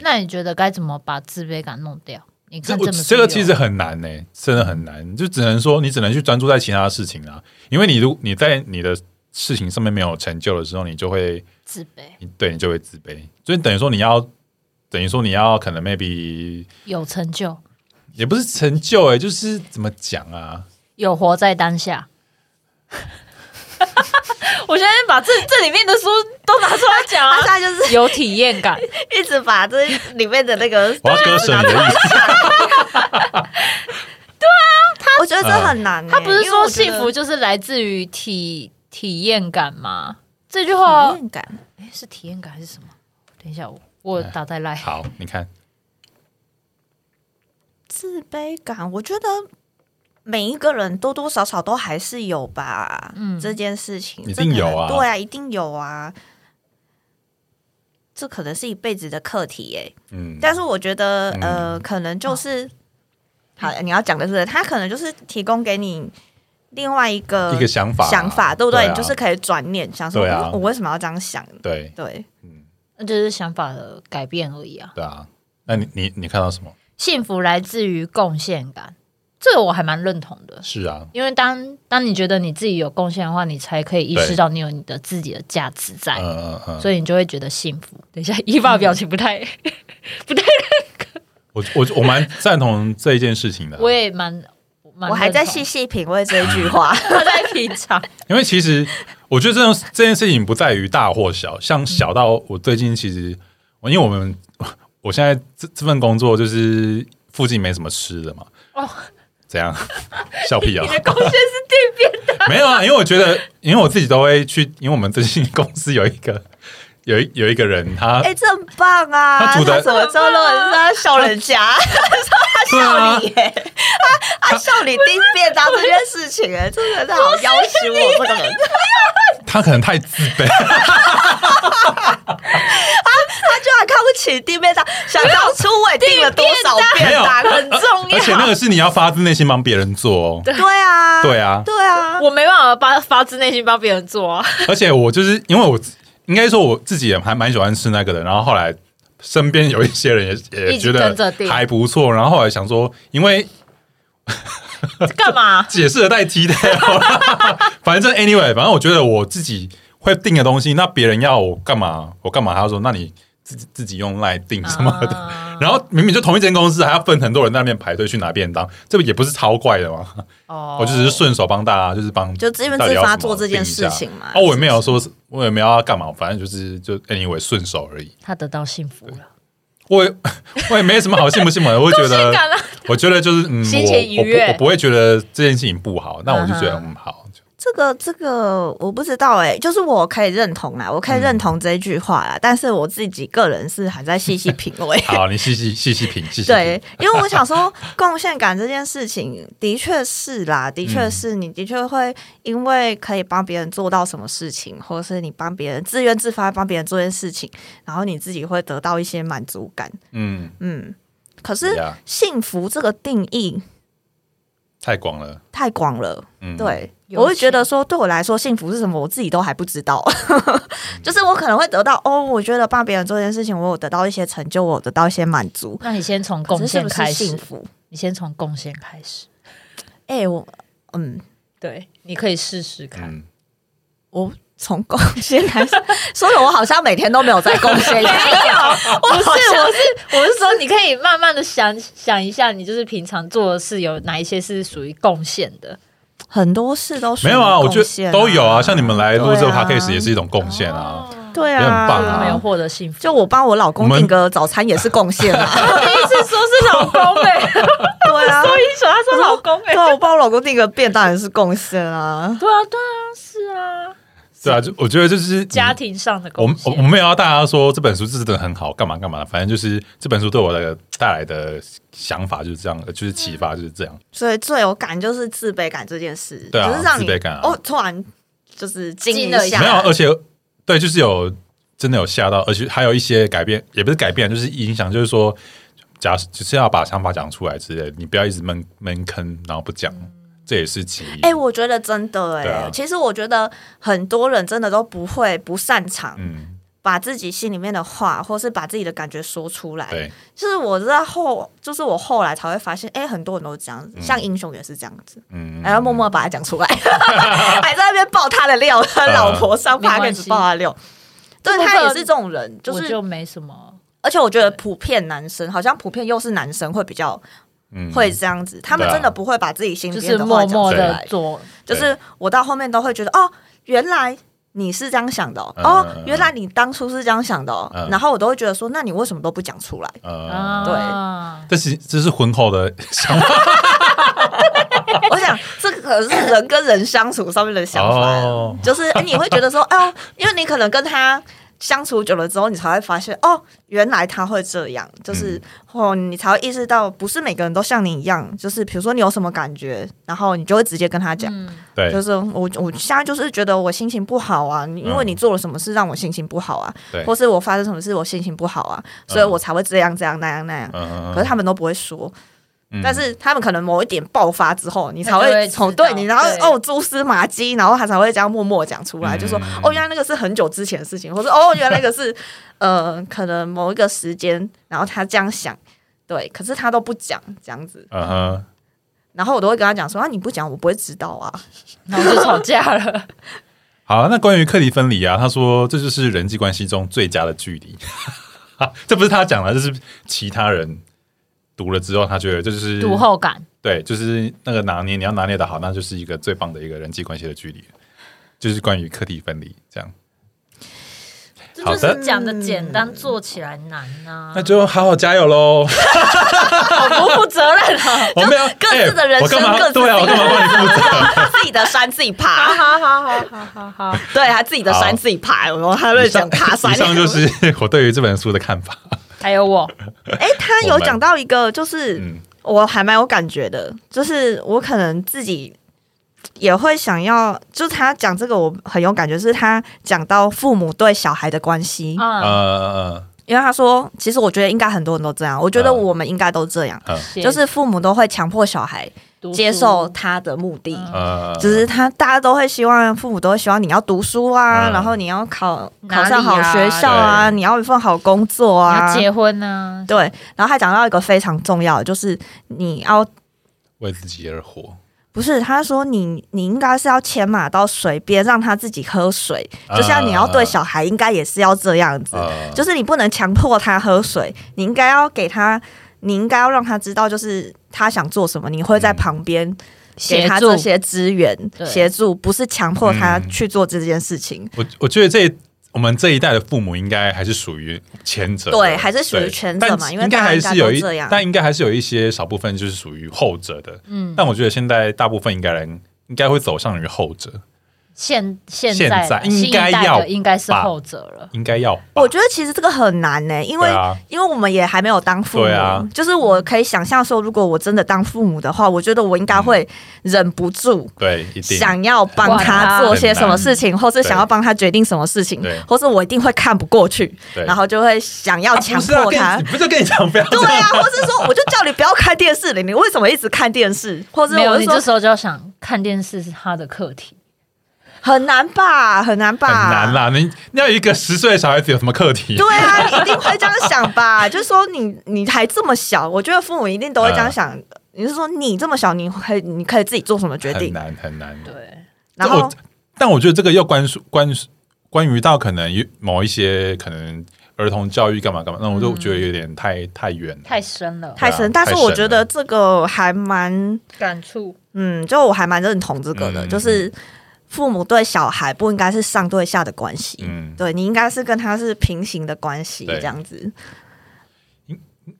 Speaker 3: 那你觉得该怎么把自卑感弄掉？你
Speaker 1: 这
Speaker 3: 看
Speaker 1: 我
Speaker 3: 这么
Speaker 1: 这个其实很难呢、真的很难，就只能说你只能去专注在其他事情啊。因为你如你在你的事情上面没有成就的时候，你就会
Speaker 3: 自卑，
Speaker 1: 你对你就会自卑，所以等于说你要等于说你要可能 maybe
Speaker 3: 有成就，
Speaker 1: 也不是成就哎、就是怎么讲啊？
Speaker 3: 有活在当下。 我现在把这这里面的书都拿出来讲
Speaker 2: 他现在
Speaker 3: 啊，
Speaker 2: 就 是
Speaker 4: 有体验感，
Speaker 2: 一直把这里面的那个，
Speaker 1: 我要割舍你的意思，
Speaker 2: 我觉得这很难欸、
Speaker 4: 他不
Speaker 3: 嗯
Speaker 4: 是
Speaker 2: 因为
Speaker 4: 说
Speaker 2: 我觉得
Speaker 4: 幸福就是来自于体体验感吗？这句话
Speaker 2: 体验感，
Speaker 4: 诶是体验感还是什么？等一下，我我打在来，
Speaker 1: 哎好，你看
Speaker 2: 自卑感，我觉得每一个人多多少少都还是有吧。
Speaker 4: 嗯
Speaker 2: 这件事情
Speaker 1: 一定有啊
Speaker 2: 这可能对啊，一定有啊。这可能是一辈子的课题耶、
Speaker 1: 嗯，
Speaker 2: 但是我觉得，呃，可能
Speaker 3: 哦
Speaker 2: 就是，好，你要讲的是，他可能就是提供给你另外一个
Speaker 1: 一个想法啊
Speaker 2: 呃想法，对不对？
Speaker 1: 对啊
Speaker 2: 你就是可以转念想说，嗯
Speaker 1: 对啊
Speaker 2: 我为什么要这样想？
Speaker 1: 对，
Speaker 2: 对，
Speaker 1: 嗯，
Speaker 3: 那就是想法的改变而已啊。
Speaker 1: 对啊。那你你你看到什么？
Speaker 3: 幸福来自于贡献感，这个我还蛮认同的。
Speaker 1: 是啊，
Speaker 3: 因为当当你觉得你自己有贡献的话，你才可以意识
Speaker 1: 对
Speaker 3: 到你有你的自己的价值
Speaker 2: 哎
Speaker 3: 在，
Speaker 1: 嗯嗯嗯，
Speaker 3: 所以你就会觉得幸福。等一下， 伊爸表情不太，
Speaker 1: 我我我蛮赞同这一件事情的啊、
Speaker 3: 我也蛮，蛮
Speaker 2: 我还在
Speaker 3: 认同
Speaker 2: 细细品味这一句 话。
Speaker 3: 他在品尝。
Speaker 1: 因为其实我觉得这种这件事情不在于大或小，像小到我最近其实，因为我们我现在这这份工作就是附近没什么吃的嘛，
Speaker 3: 哦
Speaker 1: 怎样笑屁 啊、
Speaker 3: 贡献是
Speaker 1: 没有啊，因为我觉得，因为我自己都会去，因为我们最近公司有一个 有一有一个人 他，
Speaker 2: 哎、这很棒啊！
Speaker 1: 他
Speaker 2: 他
Speaker 1: 煮的
Speaker 2: 怎么知道那人家笑人家？
Speaker 1: 对啊
Speaker 2: 笑你耶！ 他他笑你订便当啊这件事情、哎，真的是好要挟我这个人。
Speaker 1: 他可能太自卑，
Speaker 2: 他居然看不起订便当，想当初我也订了多少啊便
Speaker 1: 没有
Speaker 2: 当？
Speaker 1: 而
Speaker 2: 很重
Speaker 1: 而且那
Speaker 2: 要。
Speaker 1: 个是你要发自内心帮别人做哦，
Speaker 2: 对啊，
Speaker 1: 对啊
Speaker 2: 对啊，
Speaker 4: 我没办法发发自内心帮别人做啊。
Speaker 1: 而且我就是因为我应该说我自己也还蛮喜欢吃那个的，然后后来身边有一些人也也
Speaker 4: 一
Speaker 1: 觉
Speaker 4: 直
Speaker 1: 得
Speaker 4: 跟着订
Speaker 1: 还不错，然后后来想说，因为
Speaker 4: 干嘛？
Speaker 1: 解释的太低调了， 反正 anyway，反正我觉得我自己会订的东西，那别人要我干嘛，我干嘛？他说那你自己自己用来订什么的。
Speaker 4: 啊
Speaker 1: 然后明明就同一间公司，还要分很多人在那边排队去拿便当，这不也不是超怪的吗？
Speaker 4: 哦
Speaker 1: 我就只是顺手帮大家，就是帮
Speaker 2: 就自愿
Speaker 1: 到底要
Speaker 2: 自发
Speaker 1: 什么
Speaker 2: 做这件
Speaker 1: 定一下
Speaker 2: 事情嘛
Speaker 1: 哦，我也没有说是，我也没有要干嘛，反正就是就 anyway 顺手而已。
Speaker 3: 他得到幸福了，
Speaker 1: 我也 我也没什么好信不信嘛，我会觉得
Speaker 4: 性感啊，
Speaker 1: 我觉得就是嗯，
Speaker 4: 心情愉
Speaker 1: 我我不
Speaker 4: 悦
Speaker 1: 我不会觉得这件事情不好，那我就觉得
Speaker 3: 嗯哼
Speaker 1: 嗯好，就
Speaker 2: 这个这个我不知道哎、就是我可以认同啦，我可以认同这一句话啦，但是我自己个人是还在细细品味。
Speaker 1: 好， 你细细细细品，细细
Speaker 2: 对
Speaker 1: 品，
Speaker 2: 因为我想说，贡献感这件事情的确是 啦，的确是
Speaker 3: 嗯
Speaker 2: 你的确会因为可以帮别人做到什么事情，或者是你帮别人自愿自发帮别人做一件事情，然后你自己会得到一些满足感。
Speaker 1: 嗯，
Speaker 2: 嗯，可是
Speaker 1: Yeah
Speaker 2: 幸福这个定义
Speaker 1: 太广了，
Speaker 2: 太广了，
Speaker 1: 嗯，，
Speaker 2: 对。
Speaker 3: 有
Speaker 2: 我会觉得说，对我来说，幸福是什么，我自己都还不知道。 就是我可能会得到哦，我觉得帮别人做一件事情，我有得到一些成就，我有得到一些满足，
Speaker 3: 那你先从
Speaker 2: 可
Speaker 3: 贡
Speaker 2: 是是
Speaker 3: 献
Speaker 2: 不
Speaker 3: 开
Speaker 2: 是
Speaker 3: 始，
Speaker 2: 幸福？
Speaker 3: 你先从贡献开始，
Speaker 2: 哎、我嗯，
Speaker 3: 对，你可以试试看。
Speaker 1: 嗯，
Speaker 2: 我从贡献 开始，说的我好像每天都没有在贡 献一样。
Speaker 4: 不是，我是我是说，你可以慢慢的想想一下，你就是平常做的事有哪一些是属于贡献的？
Speaker 2: 很多事都属于
Speaker 1: 没有啊，我觉
Speaker 2: 贡献
Speaker 1: 得都有啊，像你们来录这个
Speaker 2: 对啊
Speaker 1: podcast 也是一种贡献
Speaker 3: 哦
Speaker 1: 啊。
Speaker 2: 对
Speaker 1: 也
Speaker 2: 啊，
Speaker 1: 很棒啊
Speaker 4: 没有获得幸福，
Speaker 2: 就我帮我老
Speaker 1: 我
Speaker 2: 公
Speaker 1: 们
Speaker 2: 订个早餐也是贡献啊，
Speaker 4: 第一次说是老公 哎、欸，
Speaker 2: 对啊，
Speaker 4: 说一说他说老公哎、
Speaker 2: 对啊，我帮我老公订个便当也是贡献啊。
Speaker 4: 对啊对啊是啊，
Speaker 1: 对啊，就我觉得就是
Speaker 4: 家庭上的
Speaker 1: 我
Speaker 4: 贡
Speaker 1: 们嗯我
Speaker 4: 献
Speaker 1: 我没有要大家说这本书真的很好，干嘛干嘛，反正就是这本书对我的带来的想法就是这样，就是启发就是这样。
Speaker 2: 所以最有感就是自卑感这件事，
Speaker 1: 对啊
Speaker 2: 就是让你
Speaker 1: 自卑感啊
Speaker 2: 哦，突然就是惊
Speaker 4: 惊了一下
Speaker 1: 没有，啊而且对，就是有真的有吓到，而且还有一些改变，也不是改变，就是影响，就是说，假就是要把想法讲出来之类的，你不要一直闷闷坑，然后不讲，这也是其一。
Speaker 2: 哎、我觉得真的哎、
Speaker 1: 对啊
Speaker 2: 其实我觉得很多人真的都不会不擅长
Speaker 1: 嗯，
Speaker 2: 把自己心里面的话，或是把自己的感觉说出来。
Speaker 1: 对，
Speaker 2: 就是我在后，就是我后来才会发现，哎、很多人都这样子，像英雄也是这样子，
Speaker 1: 嗯，
Speaker 2: 还要默默把他讲出来， 还在那边爆他的料，
Speaker 1: 嗯
Speaker 2: 他老婆上
Speaker 4: 没
Speaker 2: 趴
Speaker 4: 关
Speaker 2: 开
Speaker 4: 系
Speaker 2: 始爆他的料。对
Speaker 3: 这部
Speaker 2: 他也
Speaker 3: 分
Speaker 2: 是这种人，就
Speaker 4: 我
Speaker 2: 是
Speaker 4: 就没什么，
Speaker 2: 而且我觉得普遍男生好像普遍又是男生会比较
Speaker 1: 嗯
Speaker 2: 会这样子，他们
Speaker 1: 对啊
Speaker 2: 真的不会把自己心里
Speaker 3: 就
Speaker 2: 面
Speaker 3: 是
Speaker 2: 的话
Speaker 3: 默
Speaker 2: 讲出
Speaker 3: 默
Speaker 1: 的
Speaker 3: 的
Speaker 2: 来。
Speaker 3: 做，
Speaker 2: 就
Speaker 1: 对
Speaker 2: 是我到后面都会觉得，哦，原来你是这样想的哦，
Speaker 1: 嗯
Speaker 2: 哦
Speaker 1: 嗯嗯
Speaker 2: 原来你当初是这样想的哦，
Speaker 1: 嗯
Speaker 2: 然后我都会觉得说，那你为什么都不讲出来？
Speaker 1: 呃，
Speaker 4: 啊，
Speaker 1: 这是这是婚后的想法
Speaker 2: 我想这个可是人跟人相处上面的想法，
Speaker 1: 哦，
Speaker 2: 就是、哎你会觉得说，哦，因为你可能跟他。相处久了之后，你才会发现哦，原来他会这样，
Speaker 1: 嗯
Speaker 2: 就是、哦，你才会意识到，不是每个人都像你一样。就是比如说你有什么感觉，然后你就会直接跟他讲。
Speaker 4: 嗯，
Speaker 1: 对
Speaker 2: 就是我我现在就是觉得我心情不好啊，你因为
Speaker 1: 嗯
Speaker 2: 你做了什么事让我心情不好啊，
Speaker 1: 对
Speaker 2: 或是我发生什么事我心情不好啊，所以我才会这样这样那样那样。
Speaker 1: 嗯，
Speaker 2: 可是他们都不会说，
Speaker 1: 嗯
Speaker 2: 但是他们可能某一点爆发之后，你才
Speaker 4: 他就
Speaker 2: 会
Speaker 4: 会
Speaker 2: 从
Speaker 4: 知道
Speaker 2: 对你，然后
Speaker 4: 对
Speaker 2: 哦蛛丝马迹，然后他才会这样默默讲出来，
Speaker 1: 嗯
Speaker 2: 就说哦原来那个是很久之前的事情，或者哦原来那个是呃可能某一个时间，然后他这样想，对，可是他都不讲这样子，
Speaker 1: 嗯哼，
Speaker 2: 然后我都会跟他讲说啊你不讲我不会知道啊，
Speaker 4: 然后就吵架 了，
Speaker 1: 好，那关于课题分离啊，他说这就是人际关系中最佳的距离。 这不是他讲的，这是其他人读了之后，他觉得这就是
Speaker 3: 读后感，
Speaker 1: 对，就是那个拿捏，你要拿捏的好，那就是一个最棒的一个人际关系的距离，就是关于课题分离这样。
Speaker 3: 这
Speaker 1: 好
Speaker 3: 就
Speaker 1: 的
Speaker 3: 是
Speaker 2: 啊
Speaker 3: 讲的简单，做起来难呐。
Speaker 1: 那就好好加油 喽！
Speaker 4: 好不负责任啊！
Speaker 1: 我没有
Speaker 2: 各自的
Speaker 1: 哎
Speaker 2: 人
Speaker 1: 我干
Speaker 2: 生
Speaker 1: 嘛
Speaker 2: 各自
Speaker 1: 对啊，我干嘛帮你负 责？
Speaker 2: 自己的山自己爬啊
Speaker 4: 好。好好好好好好，
Speaker 2: 对他自己的山自己爬，然后他会讲爬山。
Speaker 1: 以上 就是我对于这本书的看法。
Speaker 4: 还有我，
Speaker 2: 哎、他有讲到一个，就是
Speaker 1: 嗯
Speaker 2: 我还蛮有感觉的，就是我可能自己也会想要，就是他讲这个我很有感觉，是他讲到父母对小孩的关系，
Speaker 1: 呃
Speaker 3: 啊，
Speaker 1: 呃
Speaker 2: 因为他说，其实我觉得应该很多人都这样，我觉得
Speaker 1: 嗯
Speaker 2: 我们应该都这样，
Speaker 1: 呃
Speaker 2: 就是父母都会强迫小孩
Speaker 4: 读书
Speaker 2: 接受他的目的。
Speaker 4: 嗯
Speaker 1: 呃，
Speaker 2: 只是他，大家都会希望父母都会希望你要读书啊，
Speaker 1: 嗯
Speaker 2: 然后你要考
Speaker 4: 哪里
Speaker 2: 考
Speaker 4: 啊
Speaker 2: 上好学校啊，
Speaker 1: 对
Speaker 2: 你要一份好工作
Speaker 3: 你
Speaker 2: 啊
Speaker 3: 要，结婚呢，
Speaker 2: 对。然后还讲到一个非常重要的，就是你要
Speaker 1: 为自己而活，
Speaker 2: 不是他说你你应该是要牵马到水边，让他自己喝水，
Speaker 1: 啊
Speaker 2: 就像你要对小孩应该也是要这样子，
Speaker 1: 呃
Speaker 2: 就是你不能强迫他喝水，你应该要给他，你应该要让他知道，就是他想做什么，你会在
Speaker 1: 嗯
Speaker 2: 旁边给
Speaker 3: 协
Speaker 2: 他
Speaker 3: 助
Speaker 2: 这些资源
Speaker 3: 对
Speaker 2: 协助，不是强迫他
Speaker 1: 嗯
Speaker 2: 去做这件事情。
Speaker 1: 我我觉得这一我们这一代的父母应该还是属于前者的，
Speaker 2: 对还是属于前者嘛
Speaker 1: 但
Speaker 2: 因为
Speaker 1: 应该还是有一
Speaker 2: 大家应该都这样，
Speaker 1: 但应该还是有一些少部分就是属于后者的。嗯，但我觉得现在大部分应该人应该会走向于后者，
Speaker 3: 现现
Speaker 1: 现
Speaker 3: 在
Speaker 1: 在
Speaker 3: 啦
Speaker 1: 应
Speaker 3: 新一
Speaker 1: 该
Speaker 3: 代
Speaker 1: 要
Speaker 3: 的应该是
Speaker 1: 吧
Speaker 3: 后者了。
Speaker 1: 应该要吧。
Speaker 2: 我觉得其实这个很难呢、因为、
Speaker 1: 对啊
Speaker 2: 因为我们也还没有当父母，
Speaker 1: 对啊
Speaker 2: 就是我可以想象说，如果我真的当父母的话，我觉得我应该会忍不住。
Speaker 1: 对，嗯一定
Speaker 2: 想要帮他做些什么事情，或是想要帮他决定什么事情
Speaker 1: 对，
Speaker 2: 或是我一定会看不过去，
Speaker 1: 对
Speaker 2: 然后就会想要
Speaker 1: 啊
Speaker 2: 强
Speaker 1: 不是啊
Speaker 2: 迫
Speaker 1: 跟
Speaker 2: 他
Speaker 1: 你。不是跟你讲不要这
Speaker 2: 对
Speaker 1: 样
Speaker 2: 啊，或是说我就叫你不要看电视了，你为什么一直看电视？或是
Speaker 3: 没有，
Speaker 2: 我
Speaker 3: 你
Speaker 2: 就
Speaker 3: 这
Speaker 2: 说
Speaker 3: 时候就要想看电视是他的课题，
Speaker 2: 很难吧，很难吧，
Speaker 1: 很难啦。你你要一个十岁的小孩子有什么课题？
Speaker 2: 对啊，你一定会这样想吧？ 就是说你你还这么小，我觉得父母一定都会这样想。 你是说你这么小，你可以你可以自己做什么决
Speaker 1: 很
Speaker 2: 定？
Speaker 1: 难很难。
Speaker 4: 对，
Speaker 1: 这
Speaker 2: 然
Speaker 1: 我啊
Speaker 2: 后
Speaker 1: 但我觉得这个又关属关属关于到可能有某一些可能儿童教育干嘛干嘛，那我就觉得有点太太远了。
Speaker 3: 太深了，
Speaker 2: 嗯太深，
Speaker 1: 太
Speaker 2: 但是我
Speaker 1: 深
Speaker 2: 觉
Speaker 1: 了
Speaker 2: 得这个还蛮，
Speaker 4: 感触，
Speaker 2: 嗯，就我还蛮认同这个的，
Speaker 1: 嗯
Speaker 2: 就是父母对小孩不应该是上对下的关系，
Speaker 1: 嗯，
Speaker 2: 对你应该是跟他是平行的关系，
Speaker 1: 对
Speaker 2: 这样子。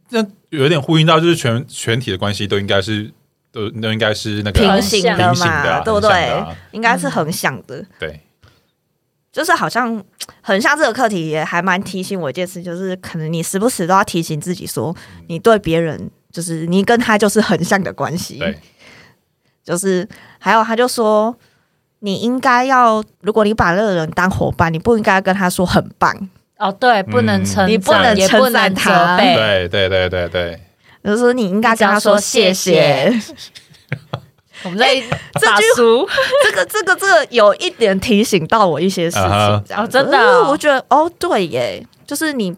Speaker 1: 那有点呼应到就是全全体的关系都应该是都都应该是那个
Speaker 2: 平
Speaker 1: 啊
Speaker 2: 行
Speaker 1: 平
Speaker 2: 的
Speaker 1: 行的
Speaker 2: 嘛，
Speaker 1: 啊
Speaker 2: 对不
Speaker 1: 横向的
Speaker 2: 对
Speaker 1: 啊？
Speaker 2: 应该是横向的，
Speaker 1: 对，
Speaker 2: 就是好像嗯很像这个课题也还蛮提醒我一件事，就是可能你时不时都要提醒自己说，你对别人就是你跟他就是很像的关系，
Speaker 1: 对，
Speaker 2: 就是还有他就说。你应该要，如果你把那个人当伙伴，你不应该跟他说很棒，
Speaker 3: 哦，对，不能
Speaker 1: 嗯
Speaker 3: 称
Speaker 2: 你不
Speaker 3: 赞
Speaker 2: 能
Speaker 3: 也不
Speaker 2: 称
Speaker 3: 能
Speaker 2: 赞
Speaker 3: 责
Speaker 2: 他
Speaker 3: 备，
Speaker 1: 对对对对对，
Speaker 2: 就是说你应该跟他说谢
Speaker 3: 你只要
Speaker 2: 谢。
Speaker 3: 我们在
Speaker 2: 哎这
Speaker 3: 打
Speaker 2: 句
Speaker 3: 书，
Speaker 2: 这个这个这个有一点提醒到我一些事情，
Speaker 1: 啊哈
Speaker 2: 这样子
Speaker 3: 哦真的哦
Speaker 2: 嗯我觉得哦，对耶，就是你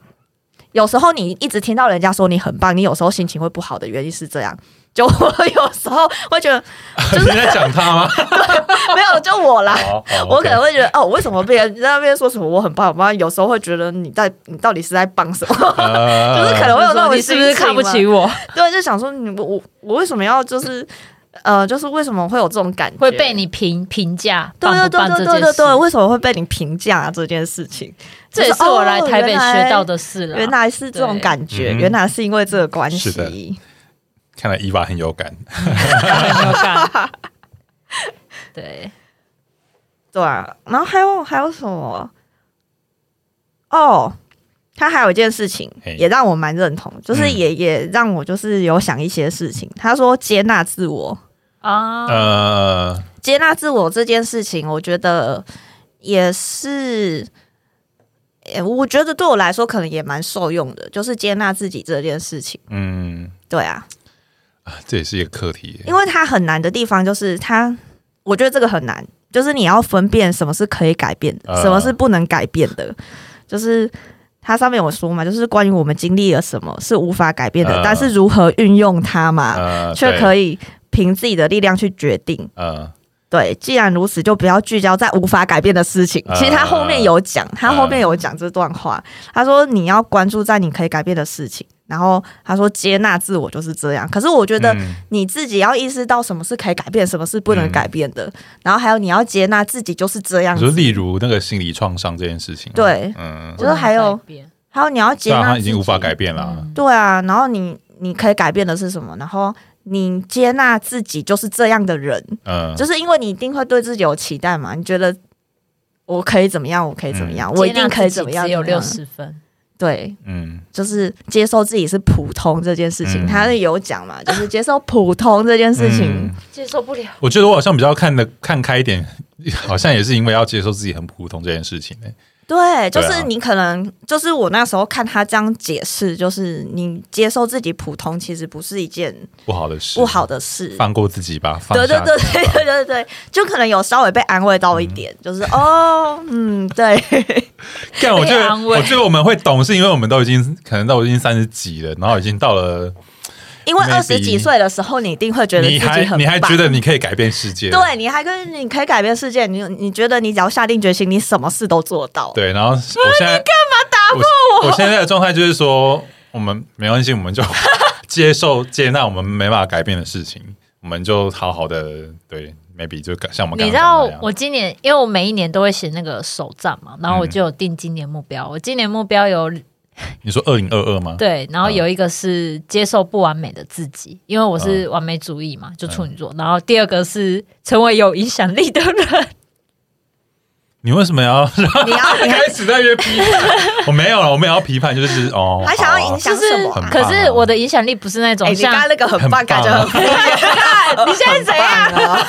Speaker 2: 有时候你一直听到人家说你很棒，你有时候心情会不好的原因是这样。就 我有时候会觉得
Speaker 1: 你在讲他 吗？
Speaker 2: 没有，就我啦，
Speaker 1: 好好
Speaker 2: 我可能
Speaker 1: OK
Speaker 2: 会觉得哦，为什么别人在那边说什么我很棒，我棒，有时候会觉得你在你到底是在帮什么？
Speaker 1: 呃
Speaker 2: 就是可能会有那种
Speaker 3: 你是不是
Speaker 2: 心情
Speaker 3: 看不
Speaker 2: 嘛
Speaker 3: 起我？
Speaker 2: 对，就想说你我我我为什么要就是呃，就是为什么会有这种感觉？
Speaker 3: 会被你评评价，
Speaker 2: 对对对啊
Speaker 3: 棒不
Speaker 2: 对
Speaker 3: 棒这
Speaker 2: 对
Speaker 3: 件
Speaker 2: 对对，
Speaker 3: 事
Speaker 2: 为什么会被你评价、啊、这件事情？
Speaker 3: 这也
Speaker 2: 就是
Speaker 3: 我来
Speaker 2: 哦
Speaker 3: 台北
Speaker 2: 原来
Speaker 3: 学到的啊事了。
Speaker 2: 原来是这种感觉，
Speaker 1: 对嗯
Speaker 2: 原来是因为这个关
Speaker 1: 是
Speaker 3: 嗯
Speaker 1: 的
Speaker 2: 系。
Speaker 1: 看来伊娃很有感，
Speaker 3: 很有感。对，
Speaker 2: 对啊，然后还有还有什么？哦，他还有一件事情
Speaker 1: 嘿
Speaker 2: 也让我蛮认同，就是
Speaker 1: 嗯
Speaker 2: 也、也让我就是有想一些事情。他说接纳自我，嗯
Speaker 3: 啊，
Speaker 1: 呃，
Speaker 2: 接纳自我这件事情，我觉得也是，诶我觉得对我来说可能也蛮受用的，就是接纳自己这件事情。
Speaker 1: 嗯，
Speaker 2: 对啊，
Speaker 1: 啊这也是一个课题耶，
Speaker 2: 因为它很难的地方就是它，我觉得这个很难，就是你要分辨什么是可以改变的，
Speaker 1: 呃
Speaker 2: 什么是不能改变的，就是。它上面有说嘛，就是关于我们经历了什么是无法改变的，
Speaker 1: 呃
Speaker 2: 但是如何运用它嘛，
Speaker 1: 呃，
Speaker 2: 却、
Speaker 1: 对
Speaker 2: 可以凭自己的力量去决定。
Speaker 1: 呃，
Speaker 2: 对，既然如此，就不要聚焦在无法改变的事情。
Speaker 1: 呃
Speaker 2: 其实他后面有讲，他后面有讲这段话，他说你要关注在你可以改变的事情，然后他说接纳自我就是这样。可是我觉得
Speaker 1: 嗯
Speaker 2: 你自己要意识到什么是可以改变，什么是不能改变的，然后还有你要接纳自己就是这样
Speaker 1: 你说
Speaker 2: 子。
Speaker 1: 例如那个心理创伤这件事情，，
Speaker 2: 对，
Speaker 1: 嗯，
Speaker 2: 就是还有
Speaker 3: 不能改变
Speaker 2: 还有你要接
Speaker 1: 对啊，
Speaker 2: 纳
Speaker 1: 他
Speaker 2: 自
Speaker 1: 已
Speaker 2: 己，
Speaker 1: 经无法改变了啊，
Speaker 2: 对啊，然后你你可以改变的是什么？然后你接纳自己就是这样的人，
Speaker 1: 嗯，
Speaker 2: 就是因为你一定会对自己有期待嘛，你觉得我可以怎么样，我可以怎么样，
Speaker 3: 嗯接纳
Speaker 2: 我一定可以
Speaker 3: 自己
Speaker 2: 怎么样，
Speaker 3: 只有
Speaker 2: 怎么
Speaker 3: 六
Speaker 2: 样
Speaker 3: 十分，
Speaker 2: 对，
Speaker 1: 嗯，
Speaker 2: 就是接受自己是普通这件事情，
Speaker 1: 嗯
Speaker 2: 他是有讲嘛，就是接受普通这件事情，
Speaker 1: 嗯
Speaker 3: 接受不了。
Speaker 1: 我觉得我好像比较看的看开一点，好像也是因为要接受自己很普通这件事情呢、欸
Speaker 2: 对，就
Speaker 1: 对啊
Speaker 2: 是你可能就是我那时候看他这样解释，就是你接受自己普通其实不是一件
Speaker 1: 不好的事，
Speaker 2: 不好的事，
Speaker 1: 放过自己吧，放
Speaker 2: 对对
Speaker 1: 下
Speaker 2: 对
Speaker 1: 自己
Speaker 2: 对
Speaker 1: 吧嗯
Speaker 2: 对对对，就可能有稍微被安慰到一点，就是哦，嗯，对，
Speaker 1: 干，我觉
Speaker 3: 被
Speaker 1: 得，
Speaker 3: 安慰
Speaker 1: 我觉得我们会懂，是因为我们都已经可能都已经三十几了，然后已经到了，
Speaker 2: 因为
Speaker 1: Maybe
Speaker 2: 二十几岁的时候，你一定会觉得自
Speaker 1: 你
Speaker 2: 己
Speaker 1: 还
Speaker 2: 很棒，
Speaker 1: 你还觉得你可以改变世界，
Speaker 2: 对，你还跟你可以改变世界，你你觉得你只要下定决心，你什么事都做到。
Speaker 1: 对，然后我现在干嘛打破我？我现在的状态就是说，我们没关系，我们就 接受接纳我们没办法改变的事情，我们就好好的对，maybe 就像我们刚刚讲
Speaker 3: 你知道
Speaker 1: 的那样
Speaker 3: 我今年，因为我每一年都会写那个手账嘛，然后我
Speaker 1: 嗯
Speaker 3: 就有定今年目标。我今年目标有
Speaker 1: 你说二零二二吗？，
Speaker 3: 对，然后
Speaker 1: 嗯
Speaker 3: 有一个是接受不完美的自己，因为我是完美主义嘛，就处女座。然后第二个是成为有影响力的人。
Speaker 1: 你为什么要
Speaker 2: 你要你 还
Speaker 1: 开始在那边批判？ 我没有了，我们也要批判，就是哦，
Speaker 2: 还 想要
Speaker 1: 好啊
Speaker 2: 影
Speaker 3: 就
Speaker 2: 响
Speaker 3: 是
Speaker 2: 什么、啊？
Speaker 3: 可是我的影响力不是那种
Speaker 2: 哎、你
Speaker 3: 像
Speaker 2: 刚 刚那个很棒，
Speaker 1: 很
Speaker 2: 感
Speaker 1: 棒啊
Speaker 2: 觉很敷衍。
Speaker 3: 你现在怎样
Speaker 2: 很棒啊？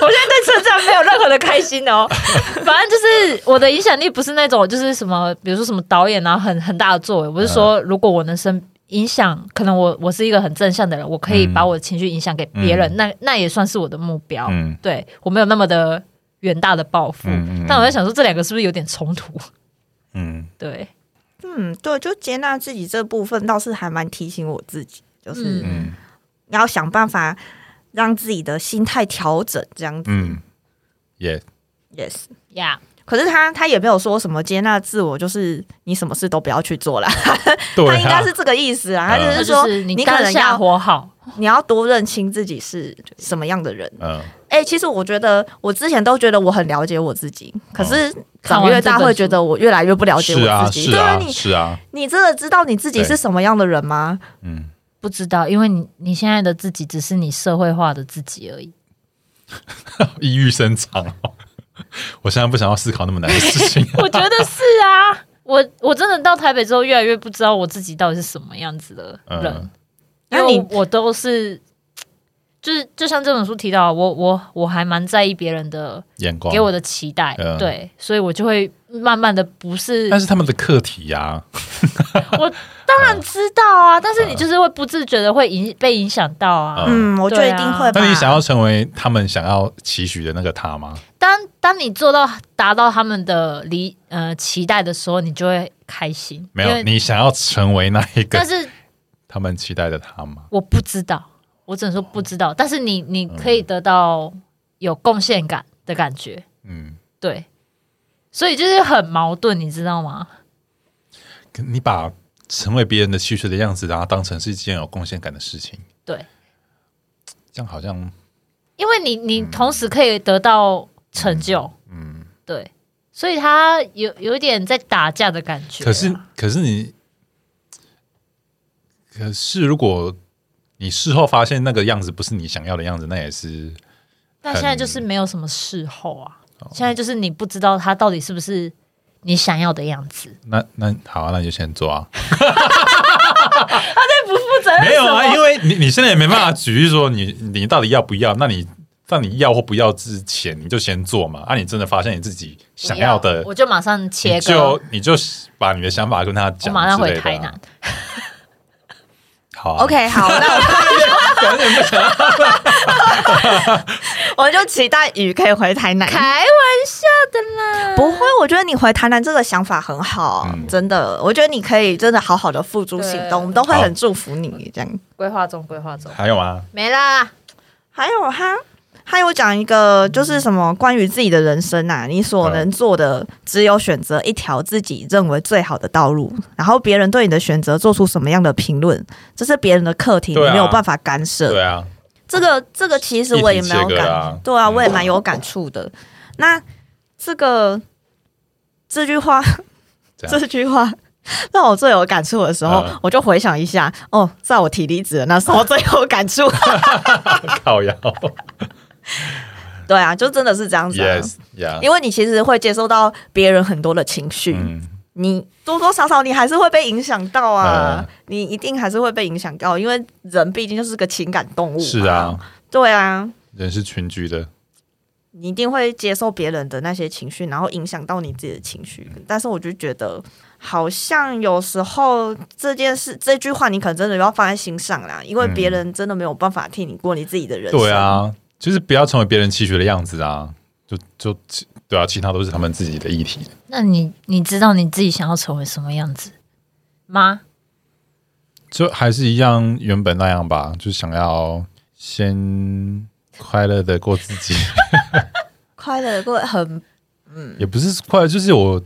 Speaker 3: 我现在对车站没有任何的开心哦。 反正就是我的影响力不是那种，就是什么，比如说什么导演啊，很很大的作为。我是说，
Speaker 1: 嗯
Speaker 3: 如果我能生影响，可能我我是一个很正向的人，我可以
Speaker 1: 嗯
Speaker 3: 把我的情绪影响给别人，
Speaker 1: 嗯
Speaker 3: 那那也算是我的目标。
Speaker 1: 嗯
Speaker 3: 对我没有那么的远大的抱负，
Speaker 1: 嗯嗯嗯
Speaker 3: 但我在想说，这两个是不是有点冲突？
Speaker 1: 嗯，
Speaker 3: 对，
Speaker 2: 嗯，对，就接纳自己这部分倒是还蛮提醒我自己，就是
Speaker 3: 嗯
Speaker 1: 嗯
Speaker 2: 你要
Speaker 1: 嗯
Speaker 2: 想办法让自己的心态调整，这样子。
Speaker 1: 嗯，也、
Speaker 2: Yes，
Speaker 3: 呀、
Speaker 2: 可是他他也没有说什么接纳自我，就是你什么事都不要去做啦。
Speaker 1: 对、啊，
Speaker 2: 他应该是这个意思啊，他
Speaker 1: 嗯
Speaker 2: 就
Speaker 3: 那
Speaker 2: 是
Speaker 3: 就
Speaker 2: 说
Speaker 3: 是你
Speaker 2: 可
Speaker 3: 当
Speaker 2: 能
Speaker 3: 下
Speaker 2: 要
Speaker 3: 活好，
Speaker 2: 你要多认清自己是什么样的人。
Speaker 1: 嗯，
Speaker 2: 哎、其实我觉得我之前都觉得我很了解我自己，可是长越大
Speaker 3: 看完这本书
Speaker 2: 会觉得我越来越不了解
Speaker 1: 哦是
Speaker 2: 我
Speaker 1: 啊，
Speaker 2: 自己。
Speaker 1: 是
Speaker 2: 对
Speaker 1: 啊，
Speaker 2: 你
Speaker 1: 是啊，
Speaker 2: 你真的知道你自己是什么样的人吗？
Speaker 1: 嗯，
Speaker 3: 不知道，因为你你现在的自己只是你社会化的自己而已。
Speaker 1: 抑郁深长哦。我现在不想要思考那么难的事 情。
Speaker 3: 我觉得是啊，我我真的到台北之后，越来越不知道我自己到底是什么样子的人，
Speaker 1: 嗯，
Speaker 2: 那
Speaker 3: 因为
Speaker 2: 你
Speaker 3: 我我都是。就是就像这本书提到，我我我还蛮在意别人的
Speaker 1: 眼光
Speaker 3: 给我的期待，
Speaker 1: 嗯
Speaker 3: 对，所以我就会慢慢的不是
Speaker 1: 但是他们的课题呀、
Speaker 3: 当然知道啊，但是你就是会不自觉的会影被影响到啊。
Speaker 1: 嗯
Speaker 2: 嗯，我觉得一定会吧。
Speaker 1: 那你想要成为他们想要期许的那个他吗？
Speaker 3: 当当你做到达到他们的理呃期待的时候，你就会开心。
Speaker 1: 没
Speaker 3: 因
Speaker 1: 有，
Speaker 3: 为
Speaker 1: 你想要成为那一
Speaker 3: 但
Speaker 1: 个
Speaker 3: 是
Speaker 1: 他们期待的他吗？
Speaker 3: 我不知道，我只能说不知
Speaker 1: 哦
Speaker 3: 道。但是你你
Speaker 1: 嗯
Speaker 3: 可以得到有贡献感的感觉，
Speaker 1: 嗯，
Speaker 3: 对。所以就是很矛盾，你知道吗？
Speaker 1: 可你把成为别人的期许的样子，然后当成是一件有贡献感的事情，
Speaker 3: 对，
Speaker 1: 这样好像
Speaker 3: 因为你你同时可以得到成就，
Speaker 1: 嗯，
Speaker 3: 对。所以他有有点在打架的感觉啊。
Speaker 1: 可是可是你，可是如果你事后发现那个样子不是你想要的样子，那也是
Speaker 3: 但现在
Speaker 1: 很哦
Speaker 3: 就是没有什么事后啊，现在就是你不知道他到底是不是你想要的样子。
Speaker 1: 那那好啊，那你就先做啊。
Speaker 3: 不责
Speaker 1: 没有啊，因为你你现在也没办法举例说你你到底要不要？那你在你要或不要之前，你就先做嘛。啊，你真的发现你自己想要的，
Speaker 3: 我就马上切
Speaker 1: 你
Speaker 3: 割
Speaker 1: 就，你就把你的想法跟他
Speaker 3: 我
Speaker 1: 讲、
Speaker 3: 马上回台南。。
Speaker 1: 啊好啊、
Speaker 2: OK，好，那 我我就期待雨可以回台南。
Speaker 3: 开玩笑的啦，
Speaker 2: 不会，我觉得你回台南这个想法很好，
Speaker 1: 嗯
Speaker 2: 真的，我觉得你可以真的好好的付诸行
Speaker 3: 对
Speaker 2: 动，我们都会很祝福你这样。
Speaker 3: 规划中，规划中，
Speaker 1: 还有吗？
Speaker 3: 没啦。
Speaker 2: 还有哈，还有讲一个就是什么关于自己的人生啊，你所能做的只有选择一条自己认为最好的道路，然后别人对你的选择做出什么样的评论，这是别人的课题，你
Speaker 1: 对啊
Speaker 2: 没有办法干涉。
Speaker 1: 对啊，
Speaker 2: 这个这个其实我也蛮有
Speaker 1: 一体切
Speaker 2: 感，
Speaker 1: 割啊
Speaker 2: 对啊，
Speaker 1: 嗯
Speaker 2: 我也蛮有感触的。那这个这句话，
Speaker 1: 怎
Speaker 2: 这
Speaker 1: 样
Speaker 2: 句话让我最有感触的时候，
Speaker 1: 嗯
Speaker 2: 我就回想一下，哦，在我提离职的那时候最有 感触。
Speaker 1: 靠腰
Speaker 2: 对啊，就真的是这样子、啊。
Speaker 1: ，yes，yeah，
Speaker 2: 因为你其实会接受到别人很多的情绪，
Speaker 1: 嗯，
Speaker 2: 你多多少少你还是会被影响到啊，
Speaker 1: 嗯
Speaker 2: 你一定还是会被影响到，因为人毕竟就是个情感动物。
Speaker 1: 是啊，，
Speaker 2: 对啊，
Speaker 1: 人是群居的，
Speaker 2: 你一定会接受别人的那些情绪，然后影响到你自己的情绪。
Speaker 1: 嗯
Speaker 2: 但是我就觉得，好像有时候这件事、这句话，你可能真的要放在心上啦，因为
Speaker 1: 嗯
Speaker 2: 别人真的没有办法替你过你自己的人生。
Speaker 1: 对，啊，就是不要成为别人期许的样子啊，就就对啊，其他都是他们自己的议题。
Speaker 3: 那你你知道你自己想要成为什么样子吗？
Speaker 1: 就还是一样原本那样吧，就想要先快乐的过自己，
Speaker 2: 快乐过很
Speaker 3: 嗯
Speaker 1: 也不是快乐，就是我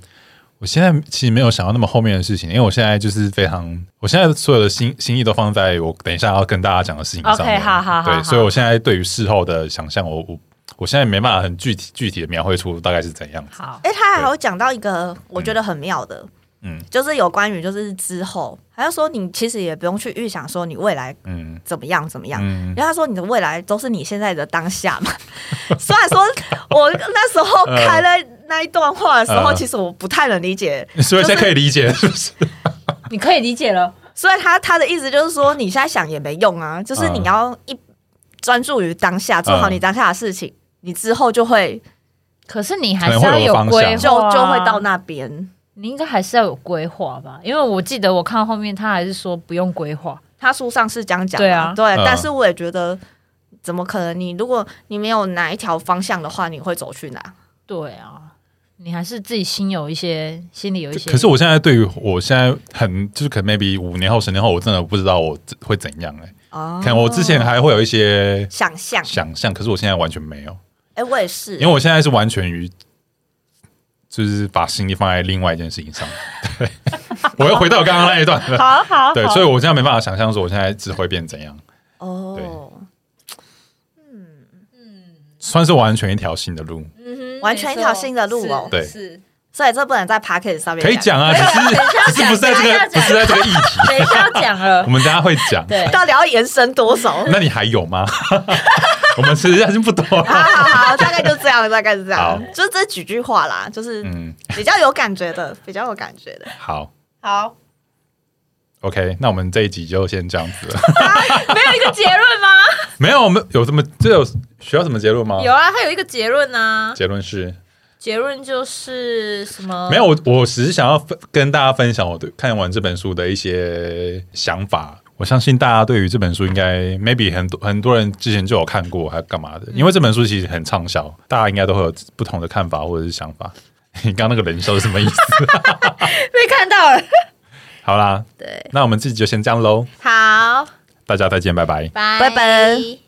Speaker 1: 我现在其实没有想到那么后面的事情，因为我现在就是非常，我现在所有的心心意都放在我等一下要跟大家讲的事情上面。
Speaker 3: OK，好好好
Speaker 1: 对，
Speaker 3: 好
Speaker 1: 所以我现在对于事后的想象，我我我现在没办法很具体具体的描绘出大概是怎样。
Speaker 3: 好，
Speaker 2: 哎、他还有讲到一个我觉得很妙的，
Speaker 1: 嗯
Speaker 2: 就是有关于就是之后，他就说你其实也不用去预想说你未来
Speaker 1: 嗯
Speaker 2: 怎么样怎么样。
Speaker 1: 嗯
Speaker 2: 然后他说：“你的未来都是你现在的当下嘛。” 虽然说我那时候开了那一段话的时候，
Speaker 1: 呃
Speaker 2: 其实我不太能理解，
Speaker 1: 所以现在可以理解，是不是？
Speaker 3: 你可以理解了。
Speaker 2: 所以他他的意思就是说，你现在想也没用啊，就是
Speaker 1: 嗯
Speaker 2: 你要一专注于当下，做好你当下的事情，你之后就会
Speaker 3: 可是你还
Speaker 1: 可
Speaker 3: 是
Speaker 1: 能会
Speaker 3: 要
Speaker 1: 有
Speaker 3: 有
Speaker 1: 方向
Speaker 3: 规划啊，
Speaker 2: 就就会到那边。
Speaker 3: 你应该还是要有规划吧？因为我记得我看后面他还是说不用规划，
Speaker 2: 他书上是这样讲的，
Speaker 3: 对啊
Speaker 2: 对，
Speaker 1: 嗯
Speaker 2: 但是我也觉得，怎么可能你？如果你没有哪一条方向的话，你会走去哪？
Speaker 3: 对啊，你还是自己心有一些，心里有一些。
Speaker 1: 可是我现在对于我现在很就是可能 maybe 五年后十年后，我真的不知道我会怎样哎、
Speaker 2: 哦
Speaker 1: 可能我之前还会有一些
Speaker 2: 想象，
Speaker 1: 想象，可是我现在完全没有，
Speaker 2: 哎、我也是
Speaker 1: 因为，我现在是完全于就是把心力放在另外一件事情上。 对，我又回到我刚刚那一段了。
Speaker 3: 好好
Speaker 1: 对，所以我现在没办法想象说我现在只会变怎样，
Speaker 2: 哦，嗯
Speaker 1: 算是完全一条新的路。
Speaker 2: 完全一条新的路哦
Speaker 4: 是
Speaker 1: 对
Speaker 4: 是
Speaker 2: 所以这不能在 p a c k e t 上面
Speaker 1: 可以。讲啊，只是只是不是在这个不是在这个议题，
Speaker 4: 等一下要讲了
Speaker 1: 我，们大家会讲。
Speaker 4: 对，
Speaker 2: 到底要延伸 多少？好
Speaker 1: 那你还有吗？我们实际上是不多
Speaker 3: 啊
Speaker 1: 了。
Speaker 2: 好好，大概就这样，大概是这样
Speaker 1: 好，
Speaker 2: 就是这几句话啦，就是
Speaker 1: 嗯，
Speaker 2: 比较有感觉的， 比较有感觉的。
Speaker 1: 好
Speaker 4: 好，
Speaker 1: ，OK，那我们这一集就先这样子了。
Speaker 4: 没有一个结论吗？
Speaker 1: 没有，我们有什么这有需要什么结论吗？
Speaker 4: 有啊，它有一个结论啊，
Speaker 1: 结论是
Speaker 4: 结论就是什么？
Speaker 2: 嗯
Speaker 1: 没有，我我只是想要分跟大家分享我对看完这本书的一些想法。我相信大家对于这本书应该 maybe 很多很多人之前就有看过，还干嘛的？因为这本书其实很畅销，大家应该都会有不同的看法或者是想法。 你刚刚那个冷笑是什么意思？
Speaker 4: 被看到了。
Speaker 1: 好啦，
Speaker 4: 对，
Speaker 1: 那我们自己就先这样喽，
Speaker 4: 好，
Speaker 1: 大家再见，拜拜。
Speaker 4: 拜
Speaker 2: 拜拜